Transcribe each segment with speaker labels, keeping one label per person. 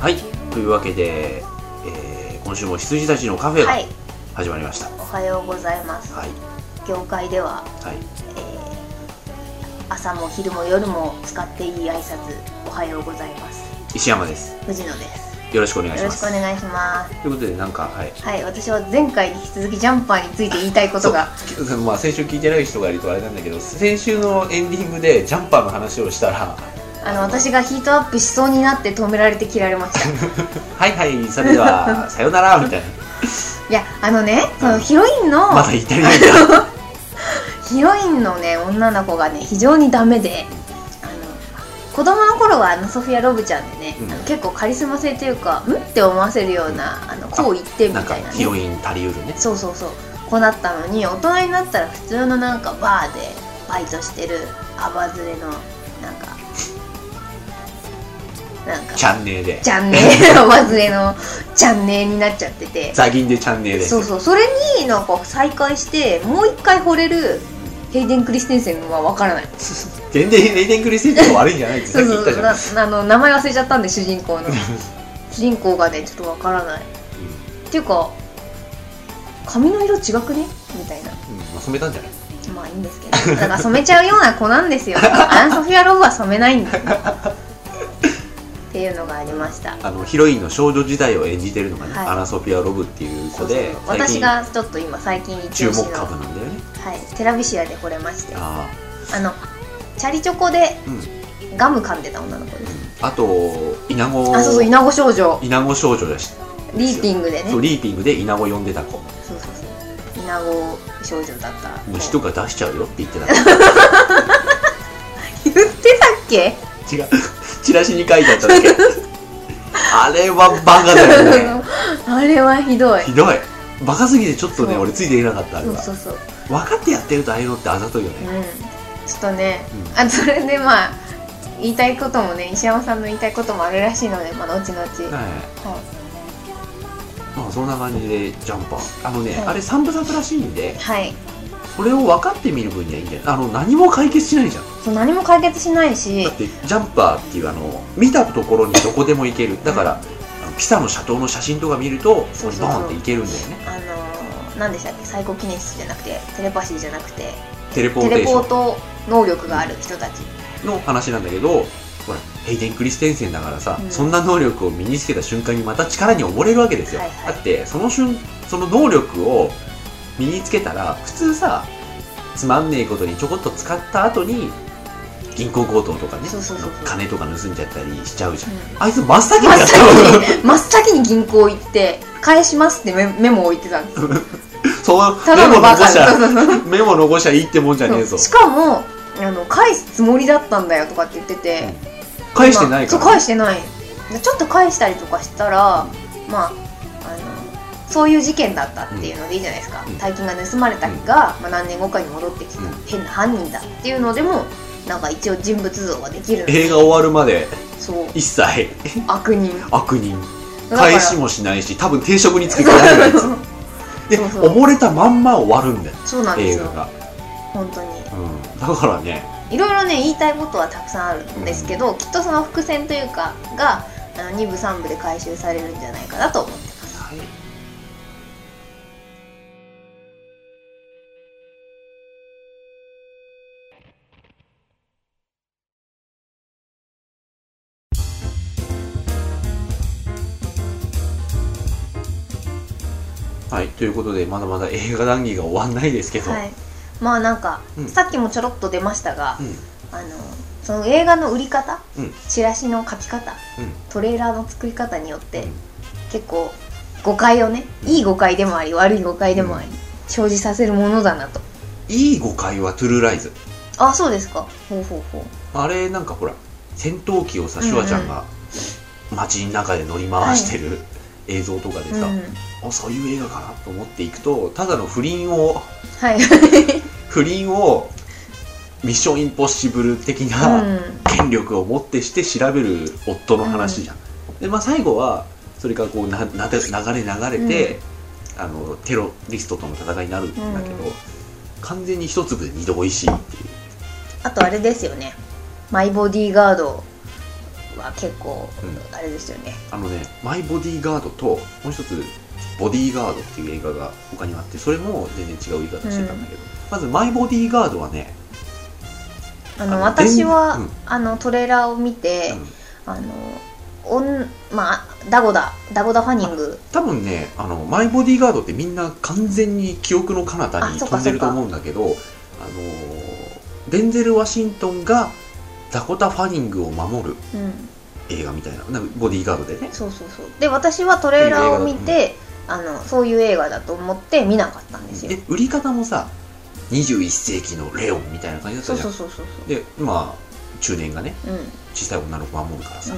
Speaker 1: はい、というわけで、えー今週も羊たちのカフェ
Speaker 2: は
Speaker 1: が
Speaker 2: い
Speaker 1: 始まりました。
Speaker 2: おはようございます
Speaker 1: はい、
Speaker 2: 業界では、
Speaker 1: はい、
Speaker 2: えー朝も昼も夜も使っていい挨拶おはようございます
Speaker 1: 石山です。
Speaker 2: 藤野です
Speaker 1: よろしくお願い
Speaker 2: よ
Speaker 1: し
Speaker 2: ろ
Speaker 1: ま
Speaker 2: しくお
Speaker 1: す。
Speaker 2: 願いします
Speaker 1: ということで、なんか、はい。
Speaker 2: はい私は前回に引き続きジャンパーについて言いたいことが
Speaker 1: そうまあ、先週聞いてない人がいるとあれなんだけど、先週のエンディングでジャンパーの話をしたら、
Speaker 2: あの私がヒートアップしそうになって止められて切られ ました
Speaker 1: はいはい、それで は、さよなら、みたいな。
Speaker 2: いやあのねそのヒロインの、
Speaker 1: まだ言ってないん だ。
Speaker 2: ヒロインのね女の子がね非常にダメであの子供の頃はあのソフィア・ロブちゃんでね、
Speaker 1: うん
Speaker 2: あの結構カリスマ性というかんって思わせるようなあのこう言ってみ
Speaker 1: なんか
Speaker 2: たいな、ね
Speaker 1: ヒロイン足りうるね。
Speaker 2: そうそうそう子だったのに大人になったら普通のなんかバーでバイトしてるアバズレのなんかなんか
Speaker 1: チャンネルで。
Speaker 2: チャンネルアバズレのチャンネルになっちゃってて
Speaker 1: ザギンでチャンネルで。
Speaker 2: そうそうそれになんか再会してもう一回惚れるヘイデン・クリステンセンは分からない
Speaker 1: 全然レイデン・クリスティンが悪いんじゃないって さ
Speaker 2: そ
Speaker 1: っ
Speaker 2: う
Speaker 1: き言
Speaker 2: そ
Speaker 1: っ
Speaker 2: う
Speaker 1: た
Speaker 2: そ
Speaker 1: じ
Speaker 2: う
Speaker 1: ゃ。
Speaker 2: なんあの名前忘れちゃったんで主人 公の主人公がねちょっとわからないっていうか髪の色違くねみたいな
Speaker 1: うん、まあ染めたんじゃない
Speaker 2: まあいいんですけ どだから染めちゃうような子なんですよアンソフィア・ロブは染めないんですよっていうのがありました
Speaker 1: あのヒロインの少女時代を演じてるのがね、
Speaker 2: はい
Speaker 1: アナ・ソフィア・ロブっていう子で
Speaker 2: そうそう
Speaker 1: 最近
Speaker 2: 私がちょっと今最近一
Speaker 1: 注
Speaker 2: 押し
Speaker 1: 目
Speaker 2: の、
Speaker 1: 株
Speaker 2: は
Speaker 1: なんだよね
Speaker 2: い、テラビシアで惚れましてあ
Speaker 1: あ
Speaker 2: のチャリチョコで
Speaker 1: あうん、うん、
Speaker 2: ガム噛んでた女の子です
Speaker 1: あとイナゴ
Speaker 2: あそうそう稲子少女
Speaker 1: イナゴ少女だし
Speaker 2: リーピングでね
Speaker 1: そうリーピングでイナゴ呼んでた子も
Speaker 2: そうそうそう稲子少女だった
Speaker 1: う人が出しちゃうよって言ってた
Speaker 2: 言ってたっ け
Speaker 1: 違うチラシに書いてあった だけあれはバカだよね
Speaker 2: あれはひどい
Speaker 1: ひどいバカすぎてちょっとね
Speaker 2: そう
Speaker 1: 俺ついていけなかったあれ
Speaker 2: そ
Speaker 1: は
Speaker 2: うそうそううん
Speaker 1: 分かってやってるとああいうのってあざといよね、
Speaker 2: ちょっとね
Speaker 1: うん
Speaker 2: あそれでまあ言いたいこともね石山さんの言いたいこともあるらしいのでまあ後々、はい
Speaker 1: はいまあそんな感じでジャンパーあのね、
Speaker 2: はい
Speaker 1: あれ三部作らしいんで
Speaker 2: はい
Speaker 1: これを分かってみる分にはいいんじゃないあの何も解決しないじゃん
Speaker 2: そう何も解決しないし
Speaker 1: だってジャンパーっていうあの見たところにどこでも行けるだからあのピサの斜塔の写真とか見るとそこ
Speaker 2: そう
Speaker 1: に
Speaker 2: そ
Speaker 1: ド
Speaker 2: うそ
Speaker 1: ー
Speaker 2: う
Speaker 1: ンって行けるんだよね
Speaker 2: あのー、何でしたっけ最高記念室じゃなくてテレパシーじゃなくて
Speaker 1: テレポー
Speaker 2: テ
Speaker 1: テ
Speaker 2: レ
Speaker 1: ーシ
Speaker 2: ポー
Speaker 1: ョ
Speaker 2: ト能力がある人たち
Speaker 1: ンの話なんだけどほらヘイデン・クリステンセンだからさ、
Speaker 2: うん
Speaker 1: そんな能力を身につけた瞬間にまた力に溺れるわけですよ、
Speaker 2: はいは
Speaker 1: だ
Speaker 2: い
Speaker 1: ってその瞬その能力を身につけたら普通さつまんねえことにちょこっと使った後に銀行強盗とかね
Speaker 2: そうそうそうそう
Speaker 1: あの金とか盗んじゃったりしちゃうじゃん、
Speaker 2: うん
Speaker 1: あいつ真っ先に
Speaker 2: 真っ
Speaker 1: やったの
Speaker 2: 先に真っ先に銀行行って返しますってメメモを置いてたんですよ
Speaker 1: その
Speaker 2: た
Speaker 1: メ
Speaker 2: だ
Speaker 1: モ
Speaker 2: のバ
Speaker 1: 残
Speaker 2: カ
Speaker 1: し ちゃ
Speaker 2: そうそうそう
Speaker 1: メモ残しちゃいいってもんじゃねえぞ
Speaker 2: そうしかもあの返すつもりだったんだよとかって言ってて、
Speaker 1: 返してないか
Speaker 2: そう返
Speaker 1: ら
Speaker 2: してないでちょっと返したりとかしたらまああのそういう事件だったっていうのでいいじゃないですか、
Speaker 1: うん
Speaker 2: 大金が盗まれたりが、まあ、何年後かに戻ってきた、
Speaker 1: うん
Speaker 2: 変な犯人だっていうのでもなんか一応人物像ができるの
Speaker 1: 映画終わるまで
Speaker 2: そう
Speaker 1: 一切
Speaker 2: 悪人
Speaker 1: 悪人
Speaker 2: だから
Speaker 1: 返しもしないし多分定食につけてないやつで
Speaker 2: そうそう
Speaker 1: 溺れたまんま終わるんだよ
Speaker 2: そうなんで
Speaker 1: 映
Speaker 2: す
Speaker 1: 画
Speaker 2: よ
Speaker 1: が、
Speaker 2: 本当に
Speaker 1: うん、だからね
Speaker 2: いろいろね言いたいことはたくさんあるんですけど、きっとその伏線というかがあの2部3部で回収されるんじゃないかなと思ってます
Speaker 1: はいということでまだまだ映画談義が終わんないですけど、
Speaker 2: はい、まあなんか、
Speaker 1: うん
Speaker 2: さっきもちょろっと出ましたが、
Speaker 1: うん
Speaker 2: あのその映画の売り方、
Speaker 1: うん
Speaker 2: チラシの書き方
Speaker 1: うん
Speaker 2: トレーラーの作り方によって、
Speaker 1: うん
Speaker 2: 結構誤解をねいい誤解でもあり悪い誤解でもあり、生じさせるものだなと
Speaker 1: いい誤解はトゥルーライズ
Speaker 2: あそうですかほうほうほう
Speaker 1: あれなんかほら戦闘機をさシュワちゃんが街の中で乗り回してる映像とかで
Speaker 2: うん
Speaker 1: さ、あそういう映画かなと思っていくとただの不倫を
Speaker 2: はい
Speaker 1: 不倫をミッションインポッシブル的な
Speaker 2: う
Speaker 1: 権力を持ってして調べる夫の話じゃん、でまあ最後はそれがこうななで流れ流れて、あのテロリストとの戦いになるんだけど、
Speaker 2: うん
Speaker 1: 完全に一粒で二度おいしいっていう
Speaker 2: あとあれですよねマイボディーガードは結構
Speaker 1: うん
Speaker 2: あれですよね
Speaker 1: あのね「マイ・ボディーガード」ともう一つ「ボディーガード」っていう映画が他にもあってそれも全然違う言い方してたんだけど、まず「マイ・ボディーガード」はね、
Speaker 2: あ
Speaker 1: あ
Speaker 2: の
Speaker 1: の
Speaker 2: 私は、
Speaker 1: うん
Speaker 2: あのトレーラーを見て、
Speaker 1: うん
Speaker 2: あのおんまあダゴダダゴダファニング
Speaker 1: 多分ねあの「マイ・ボディーガード」ってみんな完全に記憶の彼方
Speaker 2: あ
Speaker 1: に
Speaker 2: そっ
Speaker 1: 飛
Speaker 2: か
Speaker 1: んでると思うんだけどあのーデンゼル・ワシントンがダコタ・ファニングを守る
Speaker 2: うん
Speaker 1: 映画みたいななんかボディーガードでね
Speaker 2: そうそうそうで私はトレーラーを見て、あのそういう映画だと思って見なかったんですよ
Speaker 1: で売り方もさ21世紀のレオンみたいな感じだった
Speaker 2: そう
Speaker 1: じゃん
Speaker 2: そうそうそう
Speaker 1: で今中年がね
Speaker 2: そううん、うん、
Speaker 1: 小さい女の子守るからさ、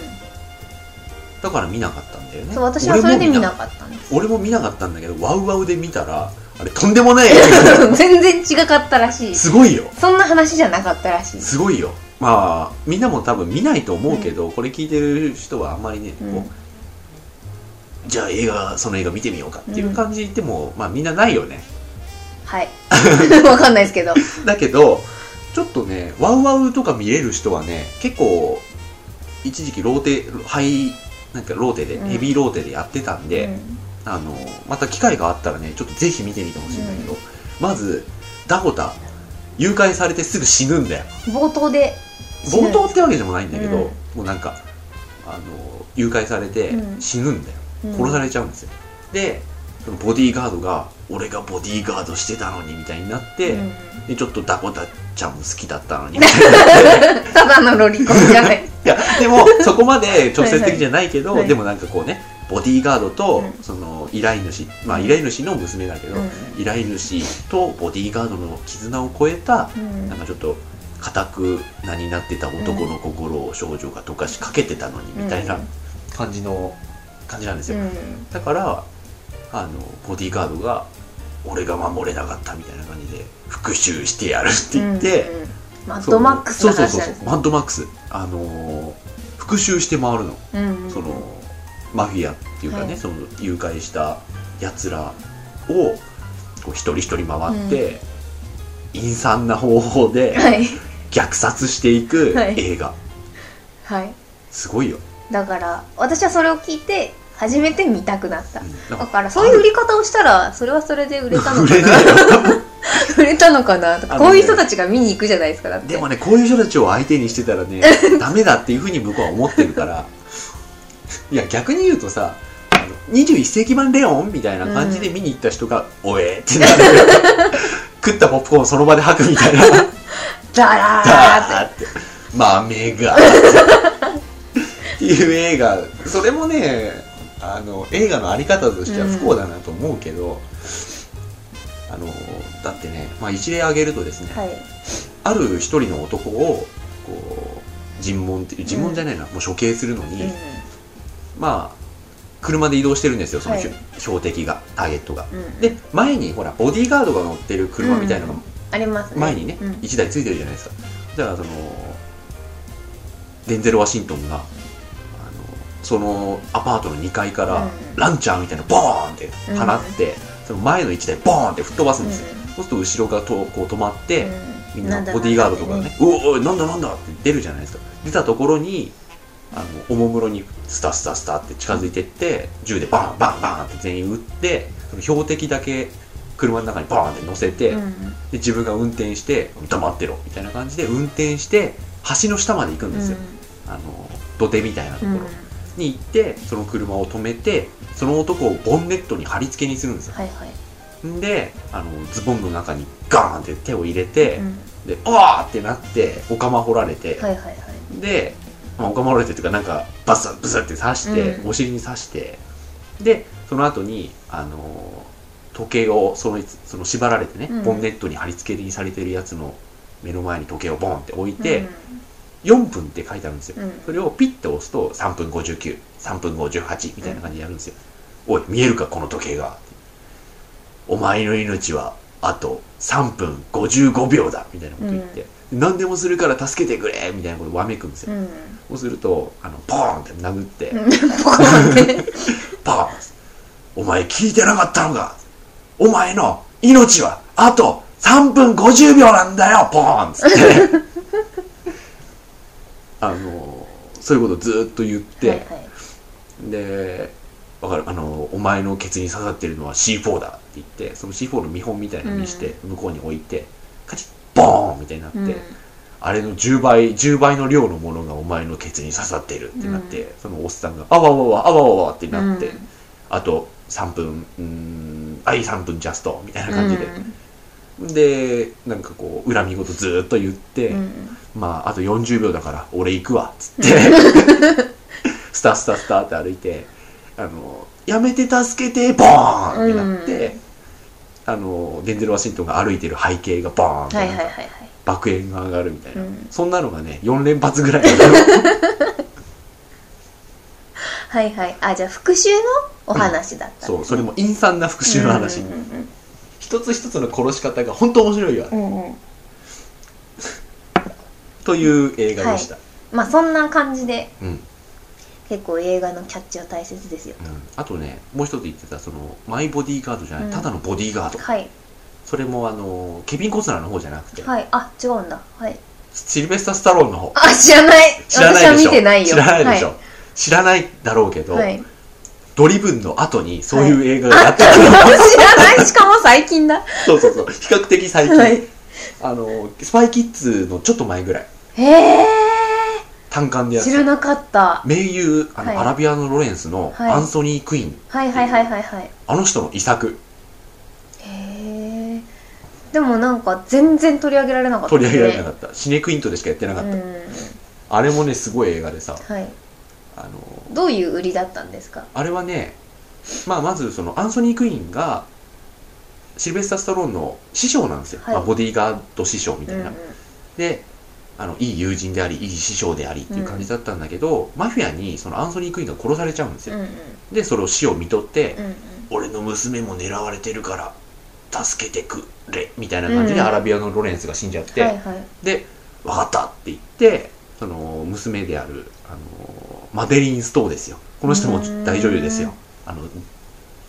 Speaker 1: だから見なかったんだよね
Speaker 2: そう私はそれで見なかったんです
Speaker 1: 俺も見なかったんだけどワウワウで見たらあれとんでもない映画だ
Speaker 2: 全然違かったらしい
Speaker 1: すごいよ
Speaker 2: そんな話じゃなかったらしい
Speaker 1: すごいよまあみんなも多分見ないと思うけど、これ聞いてる人はあんまりね、
Speaker 2: うん
Speaker 1: こうじゃあ映画その映画見てみようかっていう感じでも、まあみんなないよね
Speaker 2: はい わかんないですけど
Speaker 1: だけどちょっとねワウワウとか見れる人はね結構一時期ローテハイなんかローテで、
Speaker 2: うん
Speaker 1: ヘビーローテでやってたんで、
Speaker 2: うん
Speaker 1: あのまた機会があったらねちょっとぜひ見てみてほしいんだけど、まずダコタ誘拐されてすぐ死ぬんだよ
Speaker 2: 冒頭で死ぬ
Speaker 1: 冒頭ってわけでもないんだけど、
Speaker 2: うん
Speaker 1: もうなんかあの誘拐されて
Speaker 2: うん
Speaker 1: 死ぬんだよ、
Speaker 2: うん
Speaker 1: 殺されちゃうんですよでそのボディーガードが俺がボディーガードしてたのにみたいになって、
Speaker 2: うん
Speaker 1: でちょっとダコタちゃんも好きだったのにみたいになって
Speaker 2: ただのロリコンじゃない
Speaker 1: いやでもそこまで直接的じゃないけど、
Speaker 2: はいはい
Speaker 1: でもなんかこうねボディーガードと、
Speaker 2: うん
Speaker 1: その依頼主まあ依頼主の娘だけど、依頼主とボディーガードの絆を超えた
Speaker 2: うん
Speaker 1: なんかちょっと固くなになってた男の心を少女が溶かしかけてたのにみたいな感じの感じなんです
Speaker 2: う
Speaker 1: よ、
Speaker 2: ん
Speaker 1: だからあのボディーガードが「俺が守れなかった」みたいな感じで「復讐してやる」って言って、
Speaker 2: うんうんマッ
Speaker 1: その
Speaker 2: ドマックスの
Speaker 1: そう
Speaker 2: 話
Speaker 1: そう
Speaker 2: なん
Speaker 1: そう
Speaker 2: で
Speaker 1: そう
Speaker 2: す
Speaker 1: マッドマックスあのー復讐して回るの
Speaker 2: うんうん
Speaker 1: そのマフィアっていうかね、
Speaker 2: はい
Speaker 1: その誘拐したやつらをこう一人一人回って、陰惨な方法で
Speaker 2: はい
Speaker 1: 虐殺していく
Speaker 2: はい
Speaker 1: 映画、
Speaker 2: はい
Speaker 1: すごいよ、
Speaker 2: だから私はそれを聞いて初めて見たくなった
Speaker 1: うん、なん
Speaker 2: だ
Speaker 1: か
Speaker 2: からそういう売り方をしたらそれはそれで売れたの
Speaker 1: 売
Speaker 2: か
Speaker 1: れ
Speaker 2: な
Speaker 1: ないよ
Speaker 2: 売れたのかなとか
Speaker 1: あのね
Speaker 2: こういう人たちが見に行くじゃないですかだって
Speaker 1: でもねこういう人たちを相手にしてたら ねダメだっていうふうに僕は思ってるからいや逆に言うとさあの21世紀版レオンみたいな感じで見に行った人が「おえ!」ってなる 食ったポップコーンその場で吐くみたいな
Speaker 2: ザラーっ
Speaker 1: だーって豆がっていう映画それもねあの映画のあり方としては不幸だなと思うけど、あのだってね、まあ、一例挙げるとですね、
Speaker 2: てはい
Speaker 1: ある一人の男をこう尋問って尋問じゃないな、もう処刑するのに、
Speaker 2: う
Speaker 1: まあ車で移動してるんですよその、
Speaker 2: はい
Speaker 1: 標的がターゲットが。
Speaker 2: んうん
Speaker 1: で前にほらボディーガードが乗ってる車みたいなのが
Speaker 2: ありますね
Speaker 1: 前にね、
Speaker 2: うん
Speaker 1: 1台ついてるじゃないですかだからそのデンゼル・ワシントンがあのそのアパートの2階から、
Speaker 2: うん
Speaker 1: ランチャーみたいなのボーンって放って、その前の1台ボーンって吹っ飛ばすんですよ、そうすると後ろがとこう止まって、
Speaker 2: うん
Speaker 1: みんなボディーガードとかね「うおおいなんだなんだ」って出るじゃないですか出たところにあのおもむろにスタスタスタって近づいてって銃でバンバンバンって全員撃ってその標的だけ車の中にバーンって乗せて、
Speaker 2: うんうん
Speaker 1: で自分が運転して黙ってろみたいな感じで運転して橋の下まで行くんですよ、あの土手みたいなとこ
Speaker 2: う
Speaker 1: ろ
Speaker 2: んうん
Speaker 1: に行ってその車を止めてその男をボンネットに貼り付けにするんですよ
Speaker 2: はいはい
Speaker 1: んであのズボンの中にガーンって手を入れて
Speaker 2: う、ん
Speaker 1: で「あー!」ってなってお釜掘られて、
Speaker 2: はいはいはい
Speaker 1: で、まあ、お釜掘られてっていうかなんかバサッブサッって刺して、
Speaker 2: うん
Speaker 1: お尻に刺してでその後にあのー時計をそのその縛られてね、
Speaker 2: うん
Speaker 1: ボンネットに貼り付けにされてるやつの目の前に時計をボンって置いて、4分って書いてあるんですよ、
Speaker 2: うんうん
Speaker 1: それをピッて押すと3分593分58みたいな感じでやるんですよ、おい見えるかこの時計がお前の命はあと3分55秒だみたいなこと言って、何でもするから助けてくれみたいなことわめくんですよ、
Speaker 2: うんうん
Speaker 1: そうするとあのポーンって殴って、
Speaker 2: うん ポコンって
Speaker 1: パーンお前聞いてなかったのかお前の命はあと3分50秒なんだよポーンっつって あのそういうことをずっと言って、
Speaker 2: はいはい
Speaker 1: で、わかる、あの、お前のケツに刺さってるのは C4 だって言って、その C4 の見本みたいなのにして、向こうに置いて、カチッ、ボーンみたいになって、
Speaker 2: うん
Speaker 1: あれの10倍、10倍の量のものがお前のケツに刺さってるってなって、そのおっさんが、あわわわ、あわわわってなって、
Speaker 2: うん
Speaker 1: あと3分、うーん、あい3分ジャストみたいな感じで、
Speaker 2: うん
Speaker 1: で、なんかこう、恨み事ずーっと言って、
Speaker 2: うん
Speaker 1: まあ、あと40秒だから、俺行くわ、つって、 スタスタスタって歩いて、あの、やめて助けて、ボーンってなって、
Speaker 2: う
Speaker 1: あの、デンゼル・ワシントンが歩いてる背景がボーンって
Speaker 2: は
Speaker 1: ないん
Speaker 2: はい
Speaker 1: か
Speaker 2: はいはい
Speaker 1: 爆炎が上がるみたいな、
Speaker 2: うん
Speaker 1: そんなのがね、4連発ぐ らいある
Speaker 2: はいはいあじゃあ復讐のお話だった
Speaker 1: そう、それも陰惨な復讐の話。
Speaker 2: うんうん
Speaker 1: 一つ一つの殺し方が本当面白いよ、あれ
Speaker 2: うんうんうん
Speaker 1: という映画でした。
Speaker 2: まあそんな感じで
Speaker 1: うん
Speaker 2: 結構映画のキャッチは大切ですよ
Speaker 1: うんあとね、もう一つ言ってた、その、マイボディーガードじゃない、
Speaker 2: うん
Speaker 1: ただのボディーガード。
Speaker 2: はい
Speaker 1: それも、あの、ケビン・コスナーの方じゃなくて、
Speaker 2: はいあ違うんだはい
Speaker 1: シルベスター・スタローンの方。
Speaker 2: あ知らない
Speaker 1: 知ら
Speaker 2: 私
Speaker 1: ない
Speaker 2: は
Speaker 1: でし
Speaker 2: 見
Speaker 1: ょ
Speaker 2: てないよ
Speaker 1: 知らないでしょ、知らないだろうけど、
Speaker 2: はいはい
Speaker 1: ドリブンの後にそういう映画がやって
Speaker 2: 知
Speaker 1: た の、
Speaker 2: らないしかも最近だ
Speaker 1: そうそうそう比較的最近、
Speaker 2: はい
Speaker 1: あのスパイキッズのちょっと前ぐらい
Speaker 2: へえ
Speaker 1: 単館でやっ
Speaker 2: 知
Speaker 1: て
Speaker 2: ら
Speaker 1: た
Speaker 2: なかった
Speaker 1: 名優あの、
Speaker 2: はい
Speaker 1: アラビアのロレンスの
Speaker 2: はい
Speaker 1: アンソニー・クイーン、
Speaker 2: はいはいはいはいはい
Speaker 1: あの人の遺作
Speaker 2: へえでもなんか全然取り上げられなかった
Speaker 1: 取り上げられな
Speaker 2: かっ
Speaker 1: かった、シネクイントでしかやってなかった、
Speaker 2: う
Speaker 1: あれもねすごい映画でさ
Speaker 2: んはい
Speaker 1: あの
Speaker 2: どういう売りだったんですか
Speaker 1: あれはね、まあ、まずそのアンソニー・クイーンがシルベスター・スタローンの師匠なんですよ、
Speaker 2: はい
Speaker 1: まあ、ボディーガード師匠みたいな、
Speaker 2: うんうん
Speaker 1: であのいい友人でありいい師匠でありっていう感じだったんだけど、マフィアにそのアンソニー・クイーンが殺されちゃうんです
Speaker 2: う
Speaker 1: よ、
Speaker 2: んうん
Speaker 1: でそれを死を見とって、
Speaker 2: うんうん
Speaker 1: 俺の娘も狙われてるから助けてくれみたいな感じで
Speaker 2: うん
Speaker 1: アラビアのロレンスが死んじゃって、
Speaker 2: はいはい
Speaker 1: で分かったって言ってその娘であるあのマデリン・ストーですよこの人も
Speaker 2: うん
Speaker 1: 大女優ですよあの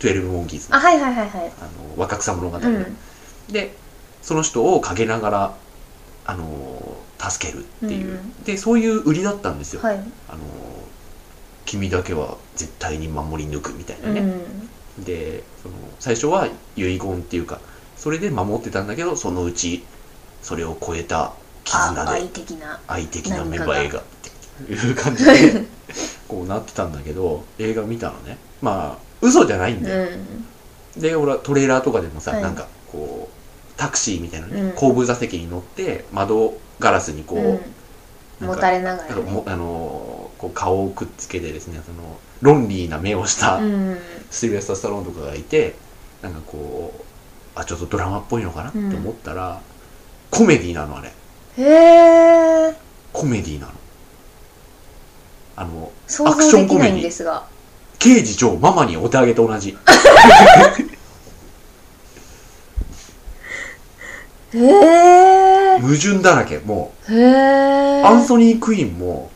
Speaker 1: 12モンキーズの
Speaker 2: あはいはいはいはい
Speaker 1: あの若草物語の、
Speaker 2: うん
Speaker 1: でその人を陰ながらあのー助けるっていう、
Speaker 2: うんうん
Speaker 1: でそういう売りだったんですよ、
Speaker 2: はい
Speaker 1: あのー君だけは絶対に守り抜くみたいな
Speaker 2: う
Speaker 1: ね、
Speaker 2: ん
Speaker 1: でその最初は遺言っていうかそれで守ってたんだけどそのうちそれを超えた絆
Speaker 2: あ
Speaker 1: で
Speaker 2: 愛的な
Speaker 1: 愛的な
Speaker 2: な
Speaker 1: 芽
Speaker 2: んかが
Speaker 1: 生えがっていう感じで こうなってたんだけど映画見たのねまあ嘘じゃないん
Speaker 2: う
Speaker 1: だよ、
Speaker 2: ん
Speaker 1: で俺はトレーラーとかでもさ、
Speaker 2: はい
Speaker 1: なんかこうタクシーみたいなね、
Speaker 2: うん
Speaker 1: 後部座席に乗って窓ガラスにこう、
Speaker 2: うん
Speaker 1: な
Speaker 2: も
Speaker 1: ん
Speaker 2: た
Speaker 1: か
Speaker 2: れなが
Speaker 1: な
Speaker 2: ら
Speaker 1: んか
Speaker 2: ね
Speaker 1: もあのーこう顔をくっつけてですねそのロンリーな目をした
Speaker 2: うん
Speaker 1: スリベスター・スタローンとかがいて、なんかこうあちょっとドラマっぽいのかなって思ったら、コメディなのあれ
Speaker 2: へえ
Speaker 1: コメディなのあの
Speaker 2: 想像できないんですが
Speaker 1: 刑事長ママにお手上げと同じ
Speaker 2: へえ
Speaker 1: 矛盾だらけも
Speaker 2: へえ
Speaker 1: うアンソニー・クイーンも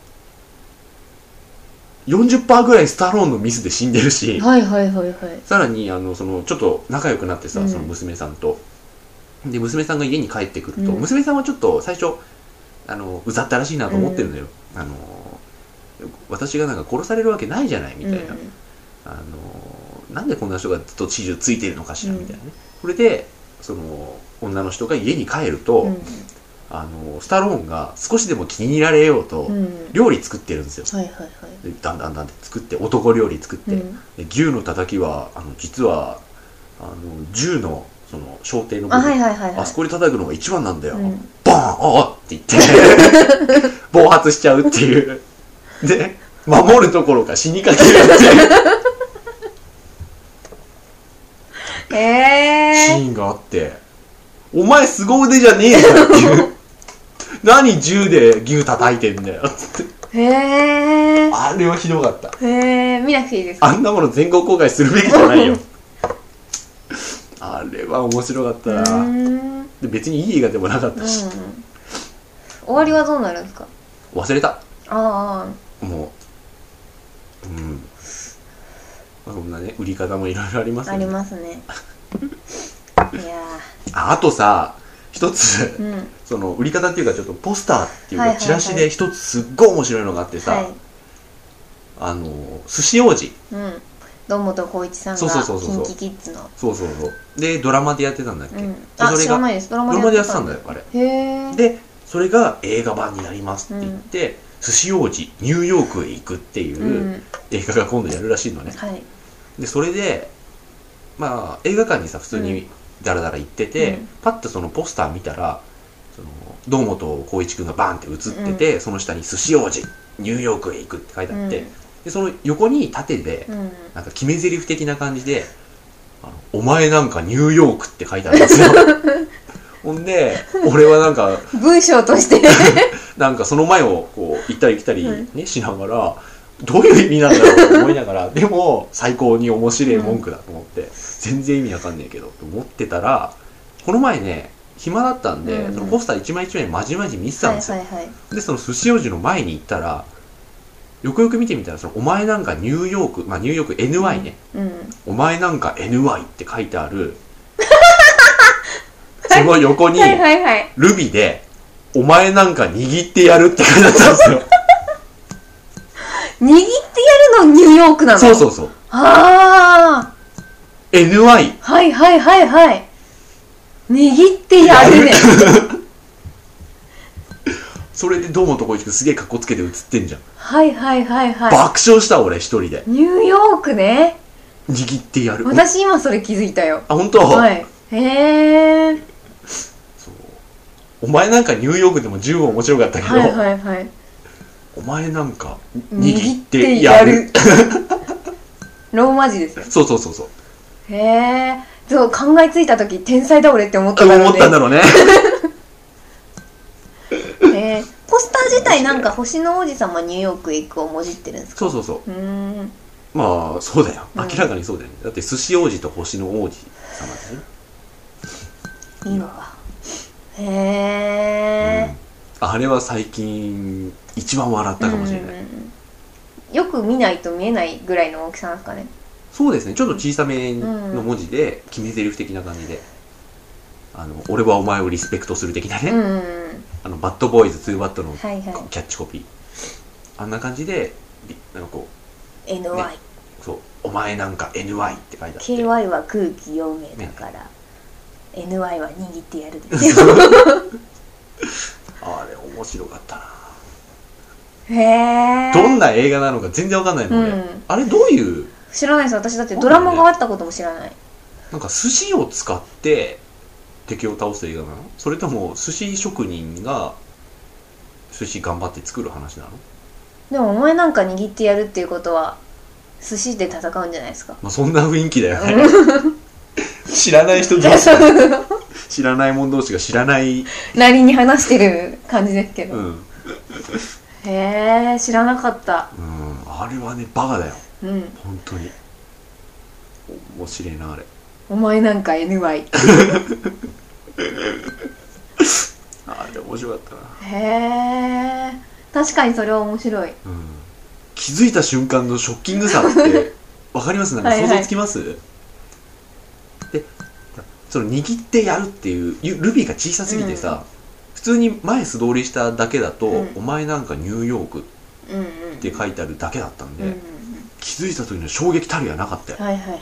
Speaker 1: 40%ぐらいスタローンのミスで死んでるし
Speaker 2: はいはいはいはい
Speaker 1: さらにあのそのちょっと仲良くなってさ、
Speaker 2: うん
Speaker 1: その娘さんとで娘さんが家に帰ってくると、
Speaker 2: うん
Speaker 1: 娘さんはちょっと最初あのうざったらしいなと思ってるのよ、あの私がなんか殺されるわけないじゃないみたいな、
Speaker 2: うん
Speaker 1: あのなんでこんな人がずっと知事ついてるのかしら
Speaker 2: うん
Speaker 1: みたいなね、それでその女の人が家に帰ると、
Speaker 2: うん
Speaker 1: あのスタローンが少しでも気に入られようと
Speaker 2: うん
Speaker 1: 料理作ってるんですよ、
Speaker 2: はいはいはい
Speaker 1: でだんだんだんって作って男料理作って、
Speaker 2: うん
Speaker 1: で牛のたたきはあの実はあの銃のその小艇の部
Speaker 2: あはい
Speaker 1: 分
Speaker 2: はいはいはい
Speaker 1: あそこで叩くのが一番なんだよ、
Speaker 2: うん
Speaker 1: バーンああって言って 暴発しちゃうっていうで守るところか死にかけるっていう
Speaker 2: へ
Speaker 1: シ
Speaker 2: え
Speaker 1: ーンがあって、お前凄腕じゃねえよっていう。 何銃で牛叩いてんだよつって。
Speaker 2: へえ
Speaker 1: あれはひどかった。
Speaker 2: へえ見なくていいですか
Speaker 1: あんなもの全国公開するべきじゃ ないよ。あれは面白かった
Speaker 2: うー
Speaker 1: な。
Speaker 2: んうん
Speaker 1: で別にいい映画でもなかったし、
Speaker 2: 終わりはどうなるんですか
Speaker 1: 忘れた。
Speaker 2: あ
Speaker 1: もう。うん。まあそんなね、売り方もいろいろあります
Speaker 2: あ
Speaker 1: よ
Speaker 2: あり
Speaker 1: ね。
Speaker 2: ます ねいや
Speaker 1: ああとさ、一つ
Speaker 2: ー、うん
Speaker 1: その売り方っていうかちょっとポスターっていう
Speaker 2: はい
Speaker 1: か
Speaker 2: はいはい
Speaker 1: チラシで一つすっごい面白いのがあってさ、
Speaker 2: はい
Speaker 1: あの寿司王子
Speaker 2: うん堂本光一さんが
Speaker 1: そうそうそう
Speaker 2: キ
Speaker 1: そう
Speaker 2: ンキキッズの
Speaker 1: そうそうそうでドラマでやってたんだっけ、
Speaker 2: う
Speaker 1: で
Speaker 2: んあ
Speaker 1: それ
Speaker 2: 知ら
Speaker 1: が
Speaker 2: ないですドラ
Speaker 1: ド
Speaker 2: マ
Speaker 1: ラマでやってたんだ
Speaker 2: よ
Speaker 1: よあれ
Speaker 2: へえ
Speaker 1: でそれが映画版になりますって言って、寿司王子ニューヨークへ行くっていううん映画が今度やるらしいのね、
Speaker 2: はい
Speaker 1: でそれでまあ映画館にさ普通にダラダラ行ってて、
Speaker 2: うん
Speaker 1: パッとそのポスター見たらその堂本光一君がバーンって写ってて、その下に「寿司王子ニューヨークへ行く」って書いてあって、でその横に縦で
Speaker 2: うんうん
Speaker 1: なんか決め台詞的な感じで「あのお前なんかニューヨーク」って書いてあるんです よほんで俺はなんか
Speaker 2: 文章として
Speaker 1: なんかその前をこう行ったり来たりね、
Speaker 2: う
Speaker 1: しながらどういう意味なんだろうと思いながら でも最高に面白い文句だと思って、全然意味わかんねえけどと思ってたらこの前ね暇だったんで、
Speaker 2: うんうん
Speaker 1: そのポスター一枚一枚まじまじ見てた
Speaker 2: は
Speaker 1: ん
Speaker 2: い
Speaker 1: ですよ、
Speaker 2: はいはい
Speaker 1: でその寿司王子の前に行ったらよくよく見てみたらその「お前なんかニューヨーク」まあニューヨーク NY ね、
Speaker 2: うん
Speaker 1: お前なんか NY」って書いてあ るその横に
Speaker 2: はいはいはい
Speaker 1: ルビで「お前なんか握ってやる」って書いてあったんですよ
Speaker 2: 握ってやるのニューヨークなの
Speaker 1: そうそうそう。
Speaker 2: ああ
Speaker 1: NY。
Speaker 2: はいはいはいはい握ってやるね
Speaker 1: それでどうもとこいちくんすげえかっこつけて映ってんじゃん。
Speaker 2: はいはいはいは
Speaker 1: 爆笑した俺一人で。
Speaker 2: いニューヨークね
Speaker 1: 握ってやる。
Speaker 2: 私今それ気づいたよ
Speaker 1: あ、本当、
Speaker 2: はいへえ
Speaker 1: そうお前なんかニューヨークでも十分面白かったけど、
Speaker 2: はいはいはい
Speaker 1: お前なんか
Speaker 2: 握
Speaker 1: 握
Speaker 2: っ
Speaker 1: ってて
Speaker 2: や
Speaker 1: や
Speaker 2: る
Speaker 1: る。
Speaker 2: ローマ字ですよ
Speaker 1: そうそうそうそう。
Speaker 2: へえそう考えついた時天才だ俺って思ったからね
Speaker 1: 思ったんだろうね。
Speaker 2: へーポスター自体なんか星の王子様ニューヨークへ行くをもじってるんですか
Speaker 1: そうそうそう
Speaker 2: うーん。
Speaker 1: まあ、そうだよ。
Speaker 2: うん
Speaker 1: 明らかにそうだよね。だって寿司王子と星の王子様だよね。
Speaker 2: いいのかへえ、
Speaker 1: うんあれは最近一番笑ったかもしれない。
Speaker 2: うんよく見ないと見えないぐらいの大きさなんですかね
Speaker 1: そうですね、ちょっと小さめの文字で、決め台詞的な感じで、あの、俺はお前をリスペクトする的なね、
Speaker 2: うんうんうん
Speaker 1: あの、バッドボーイズ2バットの
Speaker 2: はいは
Speaker 1: キャッチコピー。あんな感じで、りなんかこ
Speaker 2: い NY、
Speaker 1: ねう、そう、お前なんか NY って書いてあって。
Speaker 2: KY は空気読めだから、NY は握ってやる ですよ
Speaker 1: そうあれ、面白かったな。
Speaker 2: へえ
Speaker 1: どんな映画なのか全然わかんないの、俺。
Speaker 2: うん
Speaker 1: あれ、どういう、
Speaker 2: 知らないです私だってドラマがあったことも知らない
Speaker 1: なんか寿司を使って敵を倒す映画なのそれとも寿司職人が寿司頑張って作る話なの
Speaker 2: でもお前なんか握ってやるっていうことは寿司で戦うんじゃな いですか
Speaker 1: まあ、そんな雰囲気だよね。知らない人同士 が、知らない者同士が知らない、
Speaker 2: なりに話してる感じですけど、
Speaker 1: うん。うん、
Speaker 2: へえ知らなかった
Speaker 1: あれはね、バカだよ。
Speaker 2: うん
Speaker 1: 本当に。面白いな、あれ。
Speaker 2: お前なんか NY
Speaker 1: あれ面白かったな。
Speaker 2: へえ確かにそれは面白
Speaker 1: う
Speaker 2: い
Speaker 1: ん。気づいた瞬間のショッキングさ って、わかりますなんか
Speaker 2: はいは
Speaker 1: 想
Speaker 2: い
Speaker 1: 像つきます、で、その握ってやるっていう、ゆルビーが小さすぎてさ、普通に前素通りしただけだと、
Speaker 2: うん
Speaker 1: お前なんかニューヨークっ
Speaker 2: うんうん
Speaker 1: て書いてあるだけだったんで、
Speaker 2: うんうんうん
Speaker 1: 気づいた時の衝撃たるやなかったよ。
Speaker 2: はいはいはい